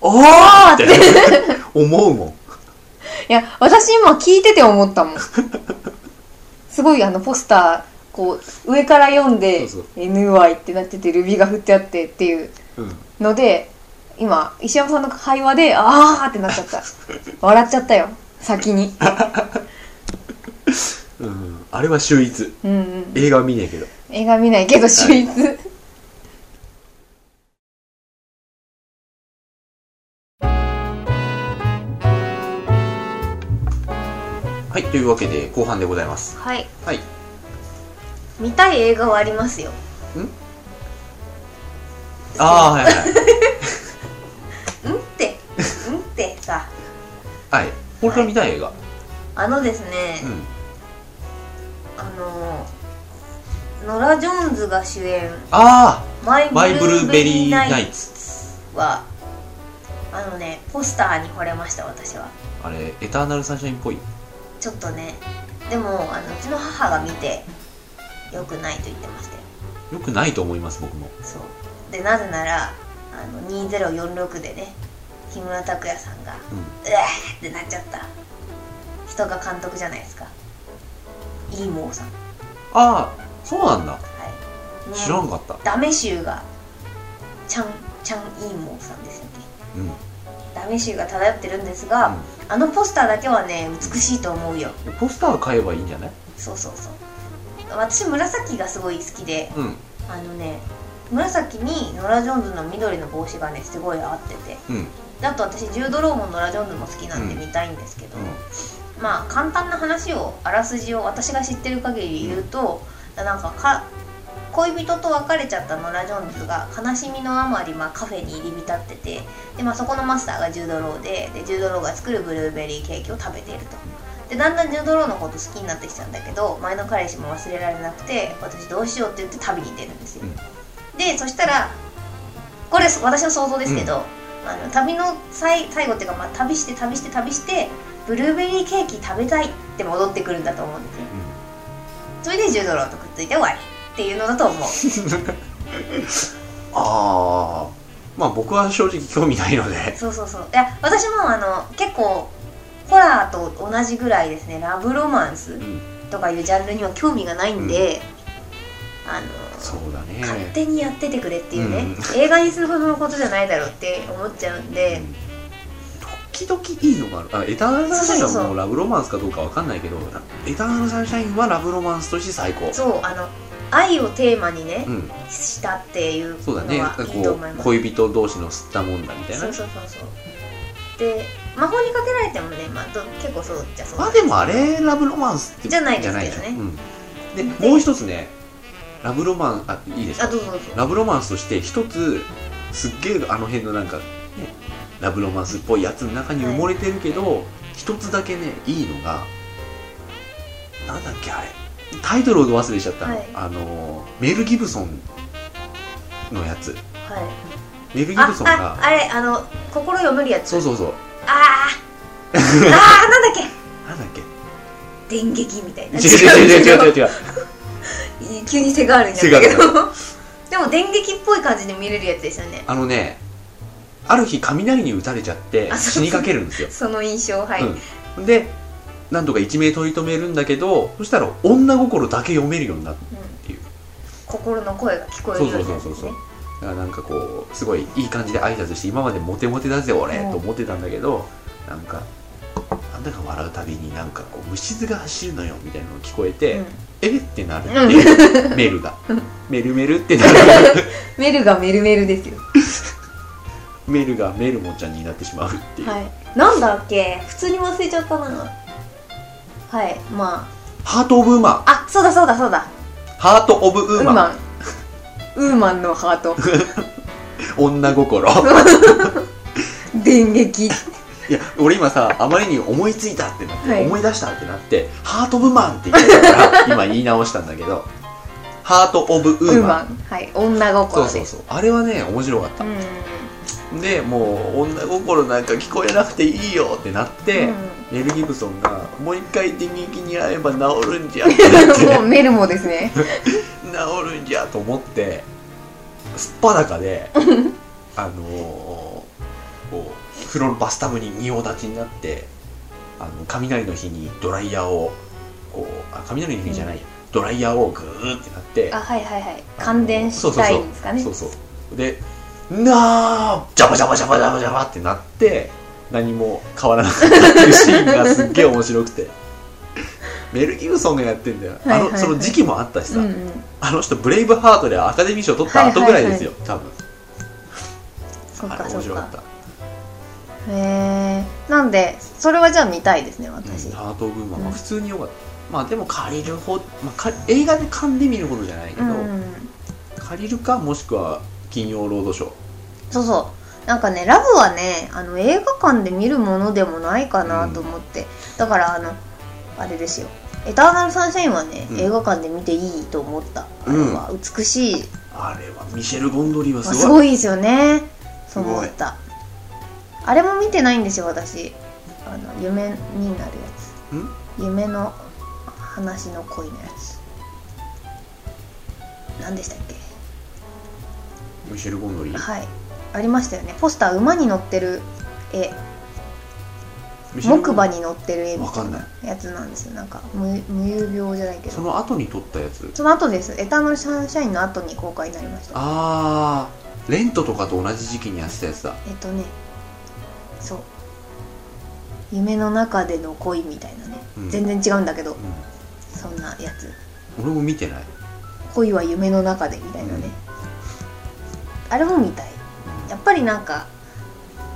Speaker 1: おー って思うもん。
Speaker 2: いや私今聞いてて思ったもんすごいあのポスターこう上から読んで
Speaker 1: そう
Speaker 2: NY ってなっててルビが振ってあってっていう
Speaker 1: うん、
Speaker 2: ので今石山さんの会話であーってなっちゃった笑っちゃったよ先に
Speaker 1: うん、あれは秀逸。
Speaker 2: うんうん
Speaker 1: 映画は見ねえけど。
Speaker 2: 映画見ないけど秀逸、
Speaker 1: はい、というわけで後半でございます。
Speaker 2: はい
Speaker 1: はい。
Speaker 2: 見たい映画はありますよ
Speaker 1: ああ、はいはい。
Speaker 2: うんってうんってさ
Speaker 1: はい。本当に見たい映画。
Speaker 2: あのですね、
Speaker 1: うん。
Speaker 2: あのノラ・ジョーンズが主演
Speaker 1: あ
Speaker 2: マイ
Speaker 1: あ、マイブ
Speaker 2: ブ
Speaker 1: ル
Speaker 2: ル
Speaker 1: ー
Speaker 2: ー
Speaker 1: ベ
Speaker 2: ベ
Speaker 1: リ
Speaker 2: リ
Speaker 1: ー
Speaker 2: ー
Speaker 1: ナ
Speaker 2: ナ
Speaker 1: イ
Speaker 2: イ
Speaker 1: ツ。
Speaker 2: ツはあのねポスターに惚れました私は
Speaker 1: あれ、エターナルサンシャインっぽい。
Speaker 2: ちょっとねでもあのうちの母が見てよくないと言ってましたよ
Speaker 1: よくないと思います僕も
Speaker 2: そうでなぜならあの2046でね木村拓哉さんがうわ
Speaker 1: うん
Speaker 2: ーってなっちゃった人が監督じゃないですかイーモーさんは
Speaker 1: ああそうなんだ
Speaker 2: いね
Speaker 1: 知らんかった
Speaker 2: ダメ臭がちゃんちゃんイーモーさんですよね
Speaker 1: うん、うん、
Speaker 2: ダメ臭が漂ってるんですが、あのポスターだけはね美しいと思うよ
Speaker 1: ポスター買えばいいんじゃない
Speaker 2: そうそうそう私紫がすごい好きで
Speaker 1: うん
Speaker 2: あのね紫にノラ・ジョーンズの緑の帽子がねすごい合ってて
Speaker 1: うんうん
Speaker 2: あと私ジュード・ローもノラ・ジョーンズも好きなんで見たいんですけど、まあ簡単な話をあらすじを私が知ってる限り言うと、なんかか恋人と別れちゃったノラ・ジョーンズが悲しみのあまり、まあ、カフェに入り浸っててで、まあ、そこのマスターがジュード・ローででジュード・ローが作るブルーベリーケーキを食べていると。でだんだんジュード・ローのこと好きになってきちゃうんだけど前の彼氏も忘れられなくて私どうしようって言って旅に出るんですよ。でそしたらこれ私の想像ですけど、あの旅の最最後っていうか、まあ、旅して旅して旅してブルーベリーケーキ食べたいって戻ってくるんだと思うんですねそれで10ドルとくっついて終わりっていうのだと思う
Speaker 1: ああまあ僕は正直興味ないので
Speaker 2: そうそうそういや私もあの結構ホラーと同じぐらいですねラブロマンス
Speaker 1: ん
Speaker 2: とかいうジャンルには興味がないんで、あの
Speaker 1: そうだね
Speaker 2: 勝手にやっててくれっていうね、
Speaker 1: う
Speaker 2: 映画にするほどのことじゃないだろうって思っちゃうんで、
Speaker 1: 時々いいのがあるあエターナルサンシャイン
Speaker 2: そうそ
Speaker 1: は
Speaker 2: うそう
Speaker 1: もうラブロマンスかどうかわかんないけどエターナルサンシャインはラブロマンスとして最高
Speaker 2: そうあの愛をテーマにね、
Speaker 1: うん
Speaker 2: したっていう
Speaker 1: そ
Speaker 2: の
Speaker 1: うだねなん
Speaker 2: は
Speaker 1: か
Speaker 2: いいと
Speaker 1: こ
Speaker 2: 思いま
Speaker 1: う
Speaker 2: す
Speaker 1: 恋人同士の吸ったもんだみたい
Speaker 2: そう
Speaker 1: な
Speaker 2: そうそうそうで魔法にかけられてもね、まあ、ど結構そうじゃそう
Speaker 1: ま
Speaker 2: な
Speaker 1: あ
Speaker 2: んす
Speaker 1: でもあれラブロマンスって
Speaker 2: じゃないですけどね
Speaker 1: じゃないでしょうんでもう一つねラブロマンあいいです
Speaker 2: あ
Speaker 1: か
Speaker 2: どうぞどうぞ
Speaker 1: ラブロマンスとして一つすっげえあの辺のなんか、ね、ラブロマンスっぽいやつの中に埋もれてるけど一、つだけねいいのがなんだっけあれタイトルを忘れちゃったの、
Speaker 2: はい
Speaker 1: あのーメル・ギブソンのやつ
Speaker 2: はい
Speaker 1: メル・ギ
Speaker 2: あ
Speaker 1: ブソン
Speaker 2: あ
Speaker 1: が
Speaker 2: あれあの心よ無理やつ
Speaker 1: そうそうそう
Speaker 2: あ ーあーなんだっ
Speaker 1: なんだっけ
Speaker 2: け電撃みたいな
Speaker 1: 違う違う違う違う違う違う
Speaker 2: 急にセガールになったけどでも電撃っぽい感じで見れるやつですよね
Speaker 1: あのねある日雷に打たれちゃって
Speaker 2: あ
Speaker 1: 死
Speaker 2: そう
Speaker 1: にかけるんですよ
Speaker 2: その印象はい、
Speaker 1: うんでなんとか一命取り留めるんだけどそしたら女心だけ読めるようになってっていう
Speaker 2: 心の声が聞こえる
Speaker 1: そうそ
Speaker 2: よう
Speaker 1: う
Speaker 2: にな
Speaker 1: そ
Speaker 2: る
Speaker 1: うんそう
Speaker 2: です
Speaker 1: そう
Speaker 2: ね
Speaker 1: だからなんかこうすごいいい感じで挨拶して今までモテモテだぜ俺
Speaker 2: うん
Speaker 1: と思ってたんだけどなんかなんだか笑うたびになんかこう虫唾が走るのよみたいなのが聞こえて、
Speaker 2: うん
Speaker 1: えってなるっていう メルがメルメルってなる
Speaker 2: メルがメルメルですよ
Speaker 1: メルがメルモちゃんになってしまうっていう、
Speaker 2: はいなんだっけ普通に忘れちゃったなはいま
Speaker 1: ハート・オブ・ウーマ
Speaker 2: ああそうだそうだそうだ
Speaker 1: ンハート・オブ・ウーマン
Speaker 2: ンウーマンのハート
Speaker 1: 女心
Speaker 2: 電撃
Speaker 1: いや俺今さあまりに思いついたってなって、
Speaker 2: はい
Speaker 1: 思い出したってなってハート・オブ・マンって言ってたから今言い直したんだけどハート・オブ・ウ
Speaker 2: ウ
Speaker 1: ー
Speaker 2: ー
Speaker 1: マン
Speaker 2: マンはい女心
Speaker 1: そ
Speaker 2: で
Speaker 1: う
Speaker 2: す
Speaker 1: そうそうあれはね面白かっ
Speaker 2: うん
Speaker 1: たでもう女心なんか聞こえなくていいよってなって、メル・ギブソンが「もう一回電撃に会えば治るんじゃ」ってなって
Speaker 2: うん、もうメルモです ね
Speaker 1: 治るんじゃと思ってすっぱだかであのーこう風呂のバスタブに仁王立ちになってあの雷の日にドライヤーをこうあ雷の日じゃないや、ドライヤーをグーってなって
Speaker 2: あはいはいはい感電したいんですかね
Speaker 1: そうそうそうでなあジャバジャバジャバジャバジャバってなって何も変わらなかったっていうシーンがすっげえ面白くてメル・ギブソンがやってんだよ、
Speaker 2: はいはい
Speaker 1: あ
Speaker 2: は
Speaker 1: の
Speaker 2: い
Speaker 1: その時期もあったしさ、
Speaker 2: うんうん、
Speaker 1: あの人ブレイブハートでアカデミー賞取った後ぐらいですよ、
Speaker 2: そ
Speaker 1: 多
Speaker 2: っ
Speaker 1: 分あ
Speaker 2: か
Speaker 1: れ
Speaker 2: そ
Speaker 1: 面
Speaker 2: っ
Speaker 1: 白かっ
Speaker 2: か
Speaker 1: た
Speaker 2: へえなんでそれはじゃあ見たいですね私、
Speaker 1: うんハート・オブ・ウーマン
Speaker 2: うん
Speaker 1: は普通に良かった、まあでも借りる方、まあ、か映画で噛んで見るほどじゃないけ
Speaker 2: う
Speaker 1: ど、
Speaker 2: ん、
Speaker 1: 借りるかもしくは金曜ロードショー
Speaker 2: そうそうなんかねラブはねあの映画館で見るものでもないかなと思って、だからあのあれですよ「エターナルサンシャイン」はね、
Speaker 1: うん
Speaker 2: 映画館で見ていいと思ったあ
Speaker 1: う
Speaker 2: れ
Speaker 1: ん
Speaker 2: は美しい、
Speaker 1: あれはミシェル・ゴンドリーは
Speaker 2: まあ
Speaker 1: す
Speaker 2: す
Speaker 1: ごい
Speaker 2: ごいですよねそう思っ
Speaker 1: す
Speaker 2: たあれも見てないんですよ私あの夢になるや
Speaker 1: ん
Speaker 2: つ夢の話の恋のやつ何でしたっけ
Speaker 1: ミシェル・ゴンドリー、
Speaker 2: はいありましたよねポスター馬に乗ってる絵
Speaker 1: ミシェル
Speaker 2: 木馬に乗ってる絵み
Speaker 1: わ
Speaker 2: た
Speaker 1: か
Speaker 2: い
Speaker 1: んない
Speaker 2: なやつなんですよなんか無無遊病じゃないけ
Speaker 1: そ
Speaker 2: ど
Speaker 1: の後に撮ったやつ
Speaker 2: その後ですエターナルサンシャインの後に公開になりました
Speaker 1: あーレントとかと同じ時期にやってたやつだ
Speaker 2: えっとねそう夢の中での恋みたいなね、
Speaker 1: うん
Speaker 2: 全然違うんだけど
Speaker 1: う
Speaker 2: そんなやつ
Speaker 1: ん俺も見てない
Speaker 2: 恋は夢の中でみたいなね、あれも見たいやっぱりなんか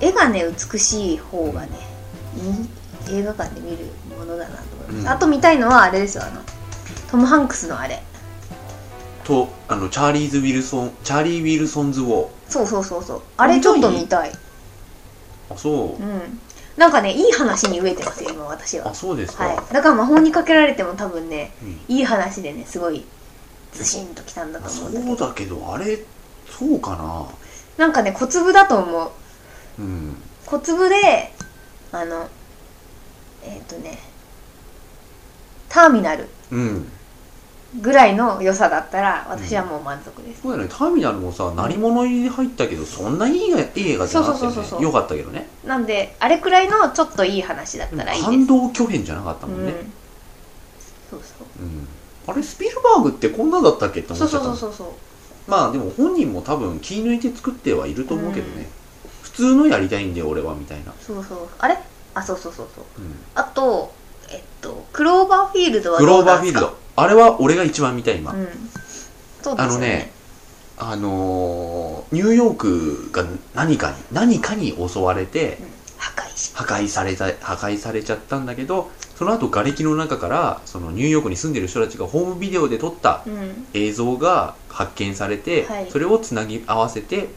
Speaker 2: 絵がね美しい方がねいい映画館で見るものだなと思います、
Speaker 1: うん
Speaker 2: あと見たいのはあれですよあのトム・ハンクスのあれ
Speaker 1: とあのチャーリーズ・ウィルソンチャーリー・ウィルソンズ・ウォー
Speaker 2: そうそうそうそうあれちょっと見たい
Speaker 1: あそううん
Speaker 2: なんかねいい話に飢えてますよ今私は
Speaker 1: あそうですか、
Speaker 2: はい、だから魔法にかけられても多分ね
Speaker 1: うん
Speaker 2: いい話でねすごいズシンときたんだと思
Speaker 1: そ
Speaker 2: うんだけど
Speaker 1: うだけどあれそうかな
Speaker 2: なんかね小粒だと思う
Speaker 1: うん
Speaker 2: 小粒であのえっ、とねターミナル
Speaker 1: うん
Speaker 2: ぐらいの良さだったら私はもう満足です、
Speaker 1: そうだよねターミナルもさ何者に入ったけどそんないいがいい映画じゃなかったよ
Speaker 2: そうそうそうそうそう
Speaker 1: ねよかったけどね
Speaker 2: なんであれくらいのちょっといい話だっ
Speaker 1: で
Speaker 2: た
Speaker 1: も
Speaker 2: らいいです
Speaker 1: 感動巨編じゃなかったもんね、
Speaker 2: うん、そうそ
Speaker 1: うんあれスピルバーグってこんなだったっけって思
Speaker 2: う
Speaker 1: っち
Speaker 2: そ
Speaker 1: ゃ
Speaker 2: う
Speaker 1: った
Speaker 2: そう
Speaker 1: の
Speaker 2: そうそう
Speaker 1: まあでも本人も多分気抜いて作ってはいると思うけどね、普通のやりたいんだよ俺はみたいな、
Speaker 2: そうそうあれあそうそうそうそう
Speaker 1: うん
Speaker 2: あとえっとクローバーフィールドは
Speaker 1: グ
Speaker 2: ど
Speaker 1: ロ
Speaker 2: う
Speaker 1: ーバ
Speaker 2: な
Speaker 1: ー
Speaker 2: ん
Speaker 1: フィ
Speaker 2: で
Speaker 1: ー
Speaker 2: すか
Speaker 1: ルドあれは俺が一番見たい今、
Speaker 2: うんそうです
Speaker 1: あ
Speaker 2: よ
Speaker 1: のねあのーニューヨークが何かに何かに襲われて
Speaker 2: うん破壊し
Speaker 1: 破壊された破壊されちゃったんだけどその後瓦礫の中からそのニューヨークに住んでる人たちがホームビデオで撮った
Speaker 2: うん
Speaker 1: 映像が発見されて、
Speaker 2: はい
Speaker 1: それをつなぎ合わせて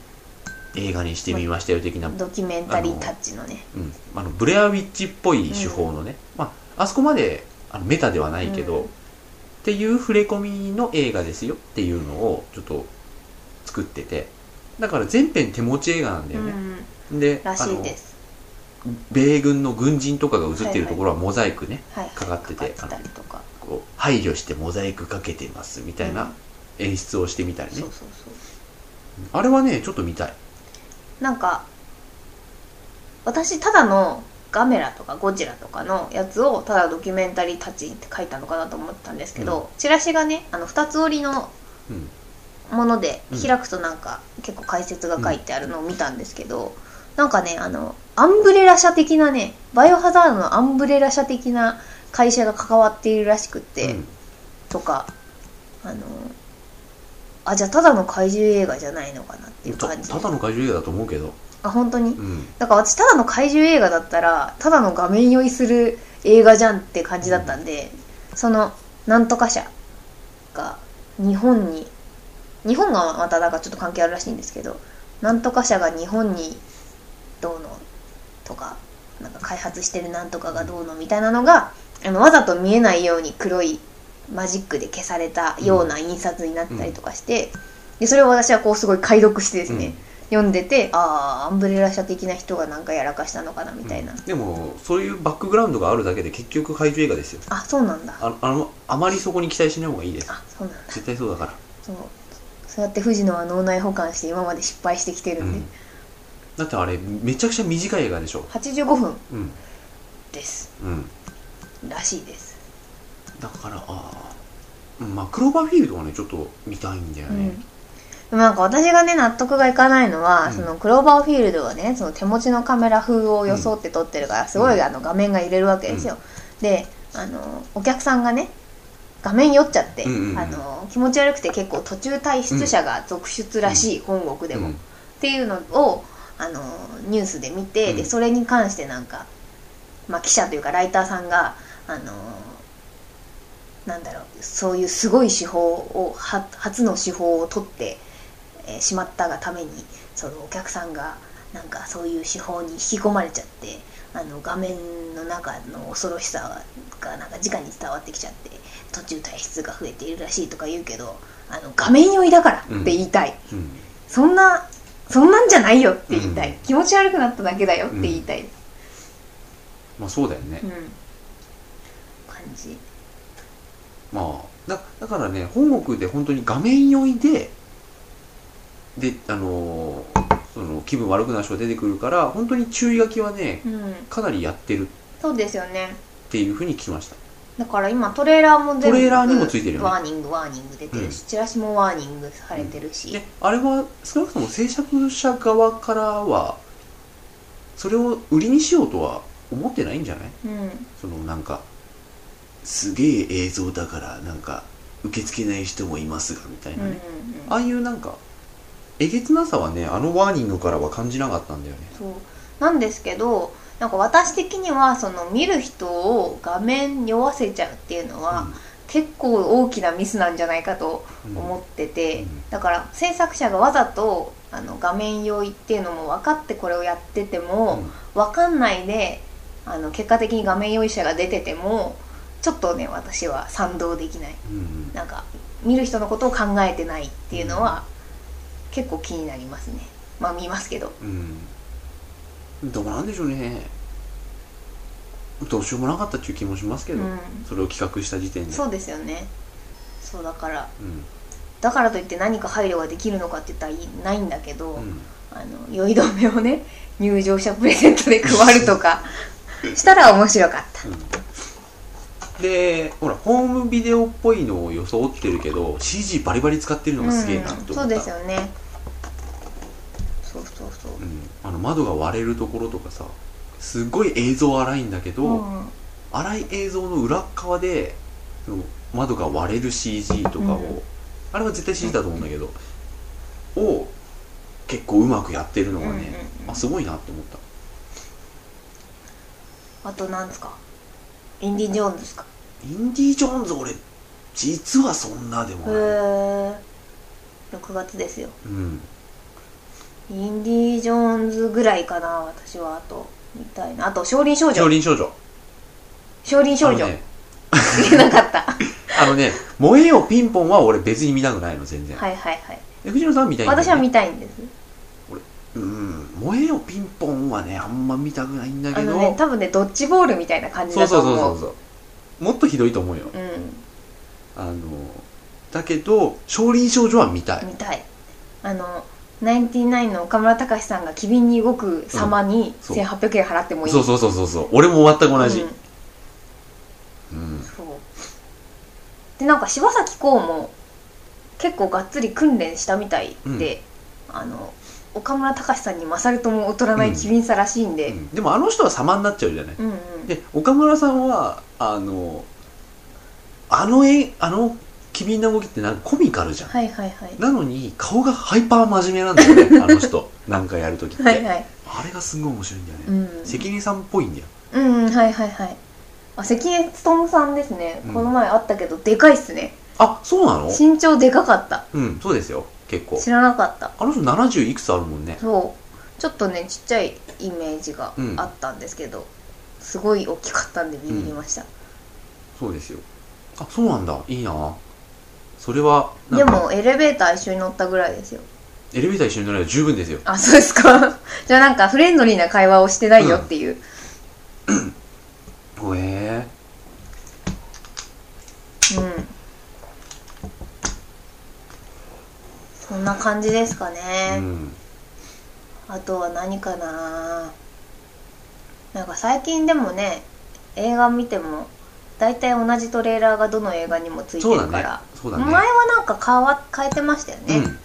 Speaker 1: 映画にしてみましたよ的な、
Speaker 2: ドキュメンタリータッチのね
Speaker 1: うん、あのブレアウィッチっぽい手法のね、まあ、あそこまであのメタではないけど、
Speaker 2: うん
Speaker 1: っていう触れ込みの映画ですよっていうのをちょっと作っててだから全編手持ち映画なんだよね、
Speaker 2: うん
Speaker 1: で
Speaker 2: らしいです
Speaker 1: あの米軍の軍人とかが映ってるところはモザイクね、
Speaker 2: はい
Speaker 1: かかってて
Speaker 2: かかってたりとか
Speaker 1: こう配慮してモザイクかけてますみたいな演出をしてみたりね、
Speaker 2: そうそうそう
Speaker 1: あれはねちょっと見たい
Speaker 2: なんか私ただのガメラとかゴジラとかのやつをただドキュメンタリータッチって書いたのかなと思ってたんですけど、チラシがねあの2つ折りの
Speaker 1: うん
Speaker 2: もので
Speaker 1: うん
Speaker 2: 開くとなんか結構解説が書いてあるのを見たんですけど、なんかねあのアンブレラ社的なねバイオハザードのアンブレラ社的な会社が関わっているらしくって、
Speaker 1: うん
Speaker 2: とかあのあじゃあただの怪獣映画じゃないのかなっていう
Speaker 1: た
Speaker 2: 感じ
Speaker 1: ただの怪獣映画だと思うけど、
Speaker 2: あ本当に、
Speaker 1: うん、
Speaker 2: だから私ただの怪獣映画だったらただの画面酔いする映画じゃんって感じだったんでそのなんとか社が日本に日本がまたなんかちょっと関係あるらしいんですけどなんとか社が日本にどうのとかなんか開発してるなんとかがどうのみたいなのがあのわざと見えないように黒いマジックで消されたような印刷になったりとかして、でそれを私はこうすごい解読してですね、
Speaker 1: うん
Speaker 2: 読んでてああアンブレラ社的な人がなんかやらかしたのかなみたいな、
Speaker 1: うんでもそういうバックグラウンドがあるだけで結局怪獣映画ですよ
Speaker 2: あそうなんだあ
Speaker 1: ああのあまりそこに期待しない方がいいです
Speaker 2: そうなんだ
Speaker 1: 絶対そうだから、
Speaker 2: そうそうやって藤野は脳内保管して今まで失敗してきてる
Speaker 1: うん
Speaker 2: で、
Speaker 1: ん、だってあれめちゃくちゃ短い映画でしょ
Speaker 2: 85分
Speaker 1: うん
Speaker 2: です
Speaker 1: うん
Speaker 2: らしいです、
Speaker 1: だからああまあクローバーフィールドはねちょっと見たいんだよ
Speaker 2: うん
Speaker 1: ね、
Speaker 2: でもなんか私がね納得がいかないのは、
Speaker 1: うん
Speaker 2: そのクローバーフィールドはねその手持ちのカメラ風を装って撮ってるからすごい、
Speaker 1: うん
Speaker 2: あの画面が入れるわけですよ、であのお客さんがね画面酔っちゃって、
Speaker 1: うんうんうん
Speaker 2: あの気持ち悪くて結構途中退出者が続出らしい、本国でも、
Speaker 1: う
Speaker 2: っ
Speaker 1: ん
Speaker 2: ていうのをあのニュースで見て、
Speaker 1: うん
Speaker 2: でそれに関してなんか、まあ、記者というかライターさんがあのなんだろうそういうすごい手法をは初の手法を取って、えーしまったがためにそのお客さんがなんかそういう手法に引き込まれちゃってあの画面の中の恐ろしさがなんか直に伝わってきちゃって途中退出が増えているらしいとか言うけどあの画面酔いだからって言いたい、
Speaker 1: うん
Speaker 2: そんなそんなんじゃないよって言いたい、
Speaker 1: うん
Speaker 2: 気持ち悪くなっただけだよって言いたいです
Speaker 1: まあそうだよね、
Speaker 2: うん、感じ
Speaker 1: まあだだからね本国で本当に画面酔いでであのーその気分悪くなる人が出てくるから本当に注意書きはね
Speaker 2: うん、
Speaker 1: かなりやってるっ
Speaker 2: そうですよね
Speaker 1: ていうふうに聞きました
Speaker 2: だから今トレーラーも全部
Speaker 1: トレーラーにもついてるよね
Speaker 2: ワーニングワーニング出てるし、
Speaker 1: う
Speaker 2: チラシもワーニングされてるし、
Speaker 1: であれは少なくとも制作者側からはそれを売りにしようとは思ってないんじゃない
Speaker 2: うん
Speaker 1: そのなんかすげえ映像だからなんか受け付けない人もいますがみたい
Speaker 2: うん
Speaker 1: な
Speaker 2: うん
Speaker 1: ね、ああいうなんかえげつなさはねあのワーニングからは感じなかったんだよね
Speaker 2: そうなんですけどなんか私的にはその見る人を画面酔わせちゃうっていうのは、結構大きなミスなんじゃないかと
Speaker 1: うん
Speaker 2: 思ってて、
Speaker 1: うん
Speaker 2: だから制作者がわざとあの画面用意っていうのも分かってこれをやってて
Speaker 1: う
Speaker 2: も
Speaker 1: ん、
Speaker 2: 分かんないであの結果的に画面用意者が出ててもちょっとね私は賛同できない
Speaker 1: うん
Speaker 2: なんか見る人のことを考えてないっていうのは結構気になりますねまあ見ますけど
Speaker 1: うんどうなんでしょうねどうしようもなかったっていう気もしますけ
Speaker 2: う
Speaker 1: ど、
Speaker 2: ん
Speaker 1: それを企画した時点で
Speaker 2: そうですよねそうだから
Speaker 1: うん
Speaker 2: だからといって何か配慮ができるのかって言ったらいないんだけど、
Speaker 1: うん
Speaker 2: あの酔い止めをね入場者プレゼントで配るとか したら面白かった
Speaker 1: うんでほらホームビデオっぽいのを装ってるけど CG バリバリ使ってるのがすげえなと思った、
Speaker 2: うん、そうですよねそうそうそう
Speaker 1: うんあの窓が割れるところとかさすごい映像荒いんだけど、
Speaker 2: うん
Speaker 1: 荒い映像の裏側でその窓が割れる CG とかを、
Speaker 2: うん
Speaker 1: あれは絶対 CG だと思うんだけど、を結構うまくやってるのがね、
Speaker 2: うんうんうん
Speaker 1: あすごいなって思った
Speaker 2: あとなんですかインディ・ジョーンズですか
Speaker 1: インディ・ジョーンズ俺実はそんなでも
Speaker 2: へえ
Speaker 1: ない、
Speaker 2: 6月ですよ
Speaker 1: うん、
Speaker 2: インディ・ジョーンズぐらいかな私はあとみたいなあと少林少
Speaker 1: 少
Speaker 2: 女
Speaker 1: 林少女
Speaker 2: 少林少
Speaker 1: あ
Speaker 2: 女
Speaker 1: のね
Speaker 2: 見なかったは
Speaker 1: あのね「燃えよピンポン」は俺別に見たくないの全然、
Speaker 2: いはいはい
Speaker 1: え藤野さんは見たいんだよ、ね、
Speaker 2: 私は見たいんです
Speaker 1: うん「燃えよピンポン」はねあんま見たくないんだ
Speaker 2: あ
Speaker 1: けど、
Speaker 2: のね多分ねドッジボールみたいな感じ
Speaker 1: そう
Speaker 2: だ
Speaker 1: そ
Speaker 2: と
Speaker 1: うそ
Speaker 2: 思
Speaker 1: う
Speaker 2: う
Speaker 1: そうそうもっとひどいと思うよ、
Speaker 2: う
Speaker 1: あのだけど少林少女は見たい
Speaker 2: ん、見たいあのナインティナインの岡村隆史さんが機敏に動く様に
Speaker 1: そう
Speaker 2: 1800円払ってもいい、
Speaker 1: そうそうそうそうそう俺も全く同じ、
Speaker 2: うん
Speaker 1: うん
Speaker 2: そうでなんか柴咲コウも結構がっつり訓練したみたいで、あの岡村隆史さんに勝るとも劣らない機敏さらしいんで、
Speaker 1: でもあの人は様になっちゃうじゃない、
Speaker 2: うんうん
Speaker 1: で岡村さんはあのあの絵あの機敏な動きってなんかコミカルじゃん、
Speaker 2: はいはいはい
Speaker 1: なのに顔がハイパー真面目なんだよ ねあの人なんかやるときって、
Speaker 2: はいはい
Speaker 1: あれがすごい面白いんだよね、
Speaker 2: うん、
Speaker 1: 関根さんっぽいんだよ
Speaker 2: うんうんはいはいはいあ関根勤さんですね、
Speaker 1: うん
Speaker 2: この前会ったけどでかいっすね
Speaker 1: あそうなの
Speaker 2: 身長でかかった
Speaker 1: うんそうですよ結構
Speaker 2: 知らなかった
Speaker 1: あの人70いくつあるもんね
Speaker 2: そうちょっとねちっちゃいイメージがあったんですけど、すごい大きかったんでビビりました、
Speaker 1: そうですよあそうなんだいいなそれはな
Speaker 2: で
Speaker 1: んか
Speaker 2: もエレベーター一緒に乗ったぐらいですよ
Speaker 1: エレベーター一緒に乗れば十分ですよ
Speaker 2: あそうですか じゃあなんかフレンドリーな会話をしてないよっていう、
Speaker 1: へえ
Speaker 2: うんそんな感じですかね
Speaker 1: う、ん
Speaker 2: あとは何かななんか最近でもね映画見ても大体同じトレーラーがどの映画にもついて
Speaker 1: そう
Speaker 2: る
Speaker 1: だ
Speaker 2: か
Speaker 1: ね
Speaker 2: ら、
Speaker 1: そうだ
Speaker 2: 前
Speaker 1: ね
Speaker 2: はなんか変わ変えてましたよね、
Speaker 1: うん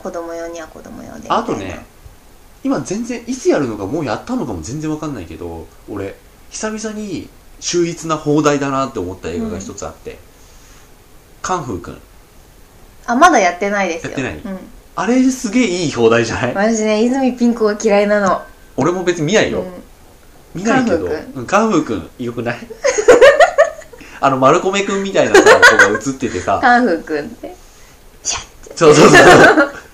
Speaker 2: 子供用には子供用でみたいな
Speaker 1: あとね今全然いつやるのかもうやったのかも全然わかんないけど俺久々に秀逸な放題だなって思った映画が一つあって、カンフーくん
Speaker 2: あまだやってないですよ
Speaker 1: やってない
Speaker 2: うん、
Speaker 1: あれすげえいい放題じゃない、
Speaker 2: 私ね泉ピン子が嫌いなの、
Speaker 1: 俺も別に見ないよ、
Speaker 2: うん
Speaker 1: 見ないけど
Speaker 2: カンフーく
Speaker 1: うんカンフーくんよくない あの丸米くんみたいなさ子が映っててさ
Speaker 2: カンフーくんってシャッて
Speaker 1: そうそうそう。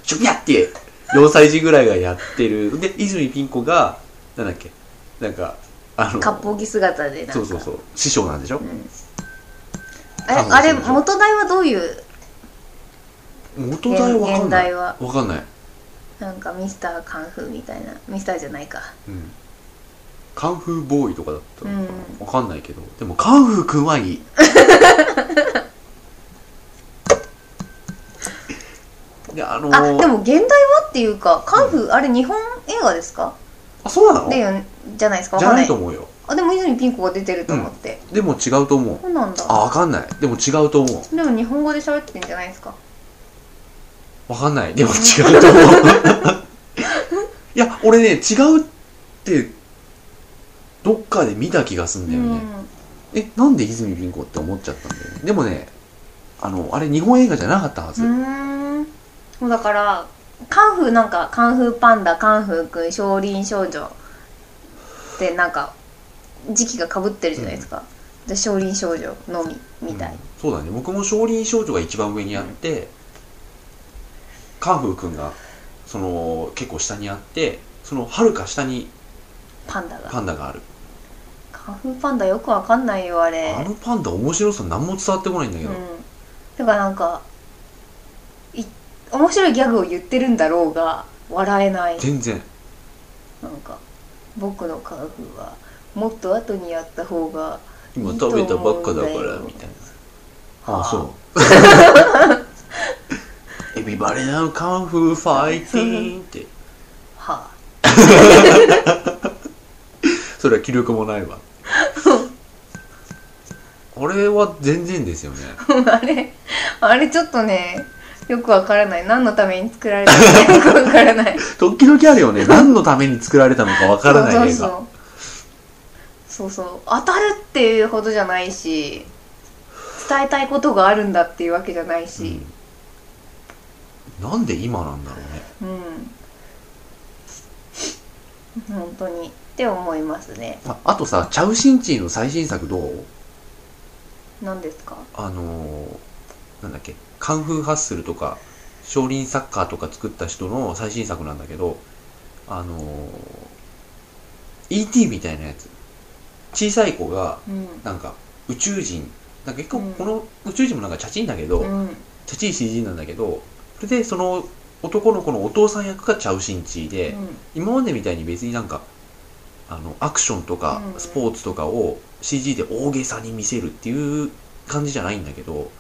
Speaker 1: ちょびやって、4歳児ぐらいがやってる。で、泉ピン子が、なんだっけ、なんか、あの、
Speaker 2: かっぽ着姿でなんか
Speaker 1: そうそうそう、師匠なんでしょ
Speaker 2: う、んえ
Speaker 1: カンフー
Speaker 2: あれ
Speaker 1: そうそう
Speaker 2: 元題はどういう
Speaker 1: 元代わか
Speaker 2: 現
Speaker 1: んない。
Speaker 2: 代は
Speaker 1: わかんない。
Speaker 2: なんかミスターカンフーみたいなミスターじゃないか
Speaker 1: うん。カンフーボーイとかだったのかな
Speaker 2: う
Speaker 1: わかんないけど。でも、カンフーくんはい い。であのー
Speaker 2: あでも現代はっていうかカンフーあれ日本映画ですか
Speaker 1: あそうなの
Speaker 2: でよじゃないですかわ
Speaker 1: じ
Speaker 2: か
Speaker 1: ゃ
Speaker 2: ん
Speaker 1: な
Speaker 2: な
Speaker 1: いいと思うよ
Speaker 2: あでも泉ピン子が出てると思って、
Speaker 1: でも違うと思う
Speaker 2: そうなんだ
Speaker 1: あわかんないでも違うと思
Speaker 2: でも日本語で喋ってんじゃないですか
Speaker 1: うわかんないでも違う と思ういや俺ね違うってどっかで見た気がすんだよね、えなんで泉ピン子って思っちゃったんだよねでもねあのあれ日本映画じゃなかったはず、
Speaker 2: うんうーんもうだからカンフーなんかカンフーパンダカンフーくん少林少女ってなんか時期がかぶってるじゃないですか、で少林少女のみみたい、
Speaker 1: うんそうだね僕も少林少女が一番上にあって、カンフー君がその結構下にあってそのはるか下に
Speaker 2: パンダが
Speaker 1: パンダがある、
Speaker 2: カンフーパンダよくわかんないよあれ
Speaker 1: あのパンダ面白さ何も伝わってこないんだけ
Speaker 2: う
Speaker 1: ど、
Speaker 2: んだからなんかい面白いギャグを言ってるんだろうが笑えない
Speaker 1: 全然
Speaker 2: なんか僕のカンフーはもっと後にやった方が
Speaker 1: 今食べたばっかだからみたいなああそうエビバレなカンフーファイティーンって
Speaker 2: は
Speaker 1: それは気力もないわあれは全然ですよね
Speaker 2: あ、あれあれちょっとねよくわからない何のために作られたの かよくわからない
Speaker 1: 時々あるよね 何のために作られたのかわからない映
Speaker 2: そう
Speaker 1: 画
Speaker 2: そうそうそうそう当たるっていうほどじゃないし伝えたいことがあるんだっていうわけじゃないし、
Speaker 1: うんなんで今なんだろうね
Speaker 2: うん本当にって思いますね
Speaker 1: ああとさチャウシンチーの最新作どう
Speaker 2: 何ですか
Speaker 1: あのーなんだっけカンフーハッスルとか少林サッカーとか作った人の最新作なんだけどあのー ET みたいなやつ小さい子が
Speaker 2: うん
Speaker 1: なんか宇宙人なんか結構
Speaker 2: うん
Speaker 1: この宇宙人もなんかチャチンだけど、
Speaker 2: うん
Speaker 1: チャチい CG なんだけどそれでその男の子のお父さん役がチャウシンチーで、今までみたいに別になんかあのアクションとか
Speaker 2: うん
Speaker 1: スポーツとかを CG で大げさに見せるっていう感じじゃないんだけど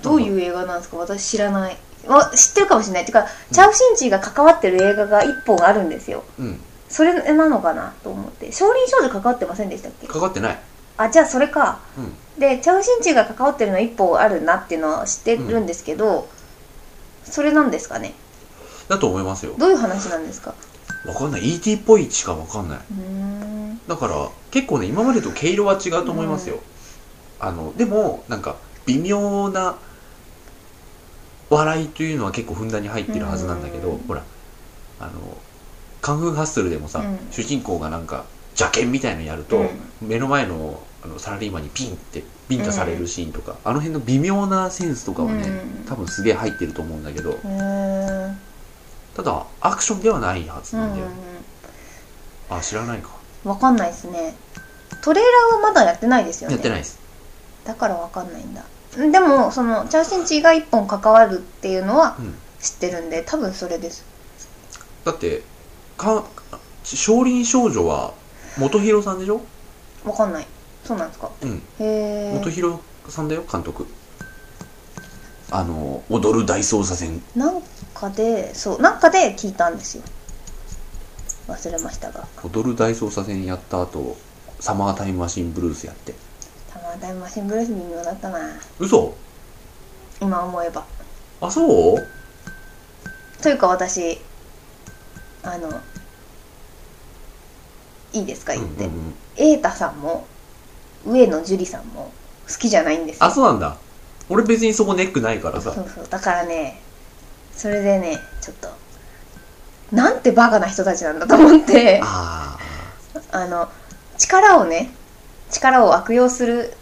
Speaker 2: どういうう映画なんですか私知らないわ知ってるかもしれないっていうかチャウ・シンチーが関わってる映画が1本あるんですよ
Speaker 1: うん
Speaker 2: それなのかなと思って少林少女関わってませんでしたっけ
Speaker 1: かかってない
Speaker 2: あじゃあそれか、
Speaker 1: う
Speaker 2: でチャウ・シンチーが関わってるの1本あるなっていうのは知ってるんですけど、それなんですかね
Speaker 1: だと思いますよ
Speaker 2: どういう話なんですか
Speaker 1: わかんない ET っぽいしかわかんないう
Speaker 2: ーん
Speaker 1: だから結構ね今までと毛色は違うと思いますよ、あのでもなんか微妙な笑いというのは結構ふんだんに入ってるはずなんだけど、
Speaker 2: うん
Speaker 1: ほらあのカンフーハッスルでもさ、
Speaker 2: うん
Speaker 1: 主人公がなんか邪剣みたいのやると、
Speaker 2: うん
Speaker 1: 目の前のあのサラリーマンにピンってビンタされるシーンとか、あの辺の微妙なセンスとかはね、
Speaker 2: うん
Speaker 1: 多分すげえ入ってると思うんだけど
Speaker 2: うーん
Speaker 1: ただアクションではないはず
Speaker 2: う
Speaker 1: なんん
Speaker 2: うん
Speaker 1: だ
Speaker 2: う
Speaker 1: よ、あ知らないか
Speaker 2: んわかんないですねトレーラーはまだやってないですよね
Speaker 1: やってないです
Speaker 2: だからわかんないんだんでもそのチャウ・シンチーが1本関わるっていうのは
Speaker 1: うん
Speaker 2: 知ってるんで多分それです
Speaker 1: だってか少林少女は元弘さんでしょ
Speaker 2: わかんないそうなんですか
Speaker 1: うん
Speaker 2: へえ
Speaker 1: 元弘さんだよ監督あの「踊る大捜査線
Speaker 2: なんかでそうなんかで聞いたんですよ忘れましたが」
Speaker 1: 踊る大捜査線やった後サマータイムマシンブルースやって
Speaker 2: たまたまマシンブルース微妙だったな
Speaker 1: 嘘
Speaker 2: 今思えば
Speaker 1: あそう
Speaker 2: というか私あのいいですか言って、
Speaker 1: うんうんうん
Speaker 2: 瑛太さんも上野樹里さんも好きじゃないんですよ
Speaker 1: あそうなんだ俺別にそこネックないからさ
Speaker 2: そうそうだからねそれでねちょっとなんてバカな人たちなんだと思ってあ
Speaker 1: あ
Speaker 2: の力をね力を悪用する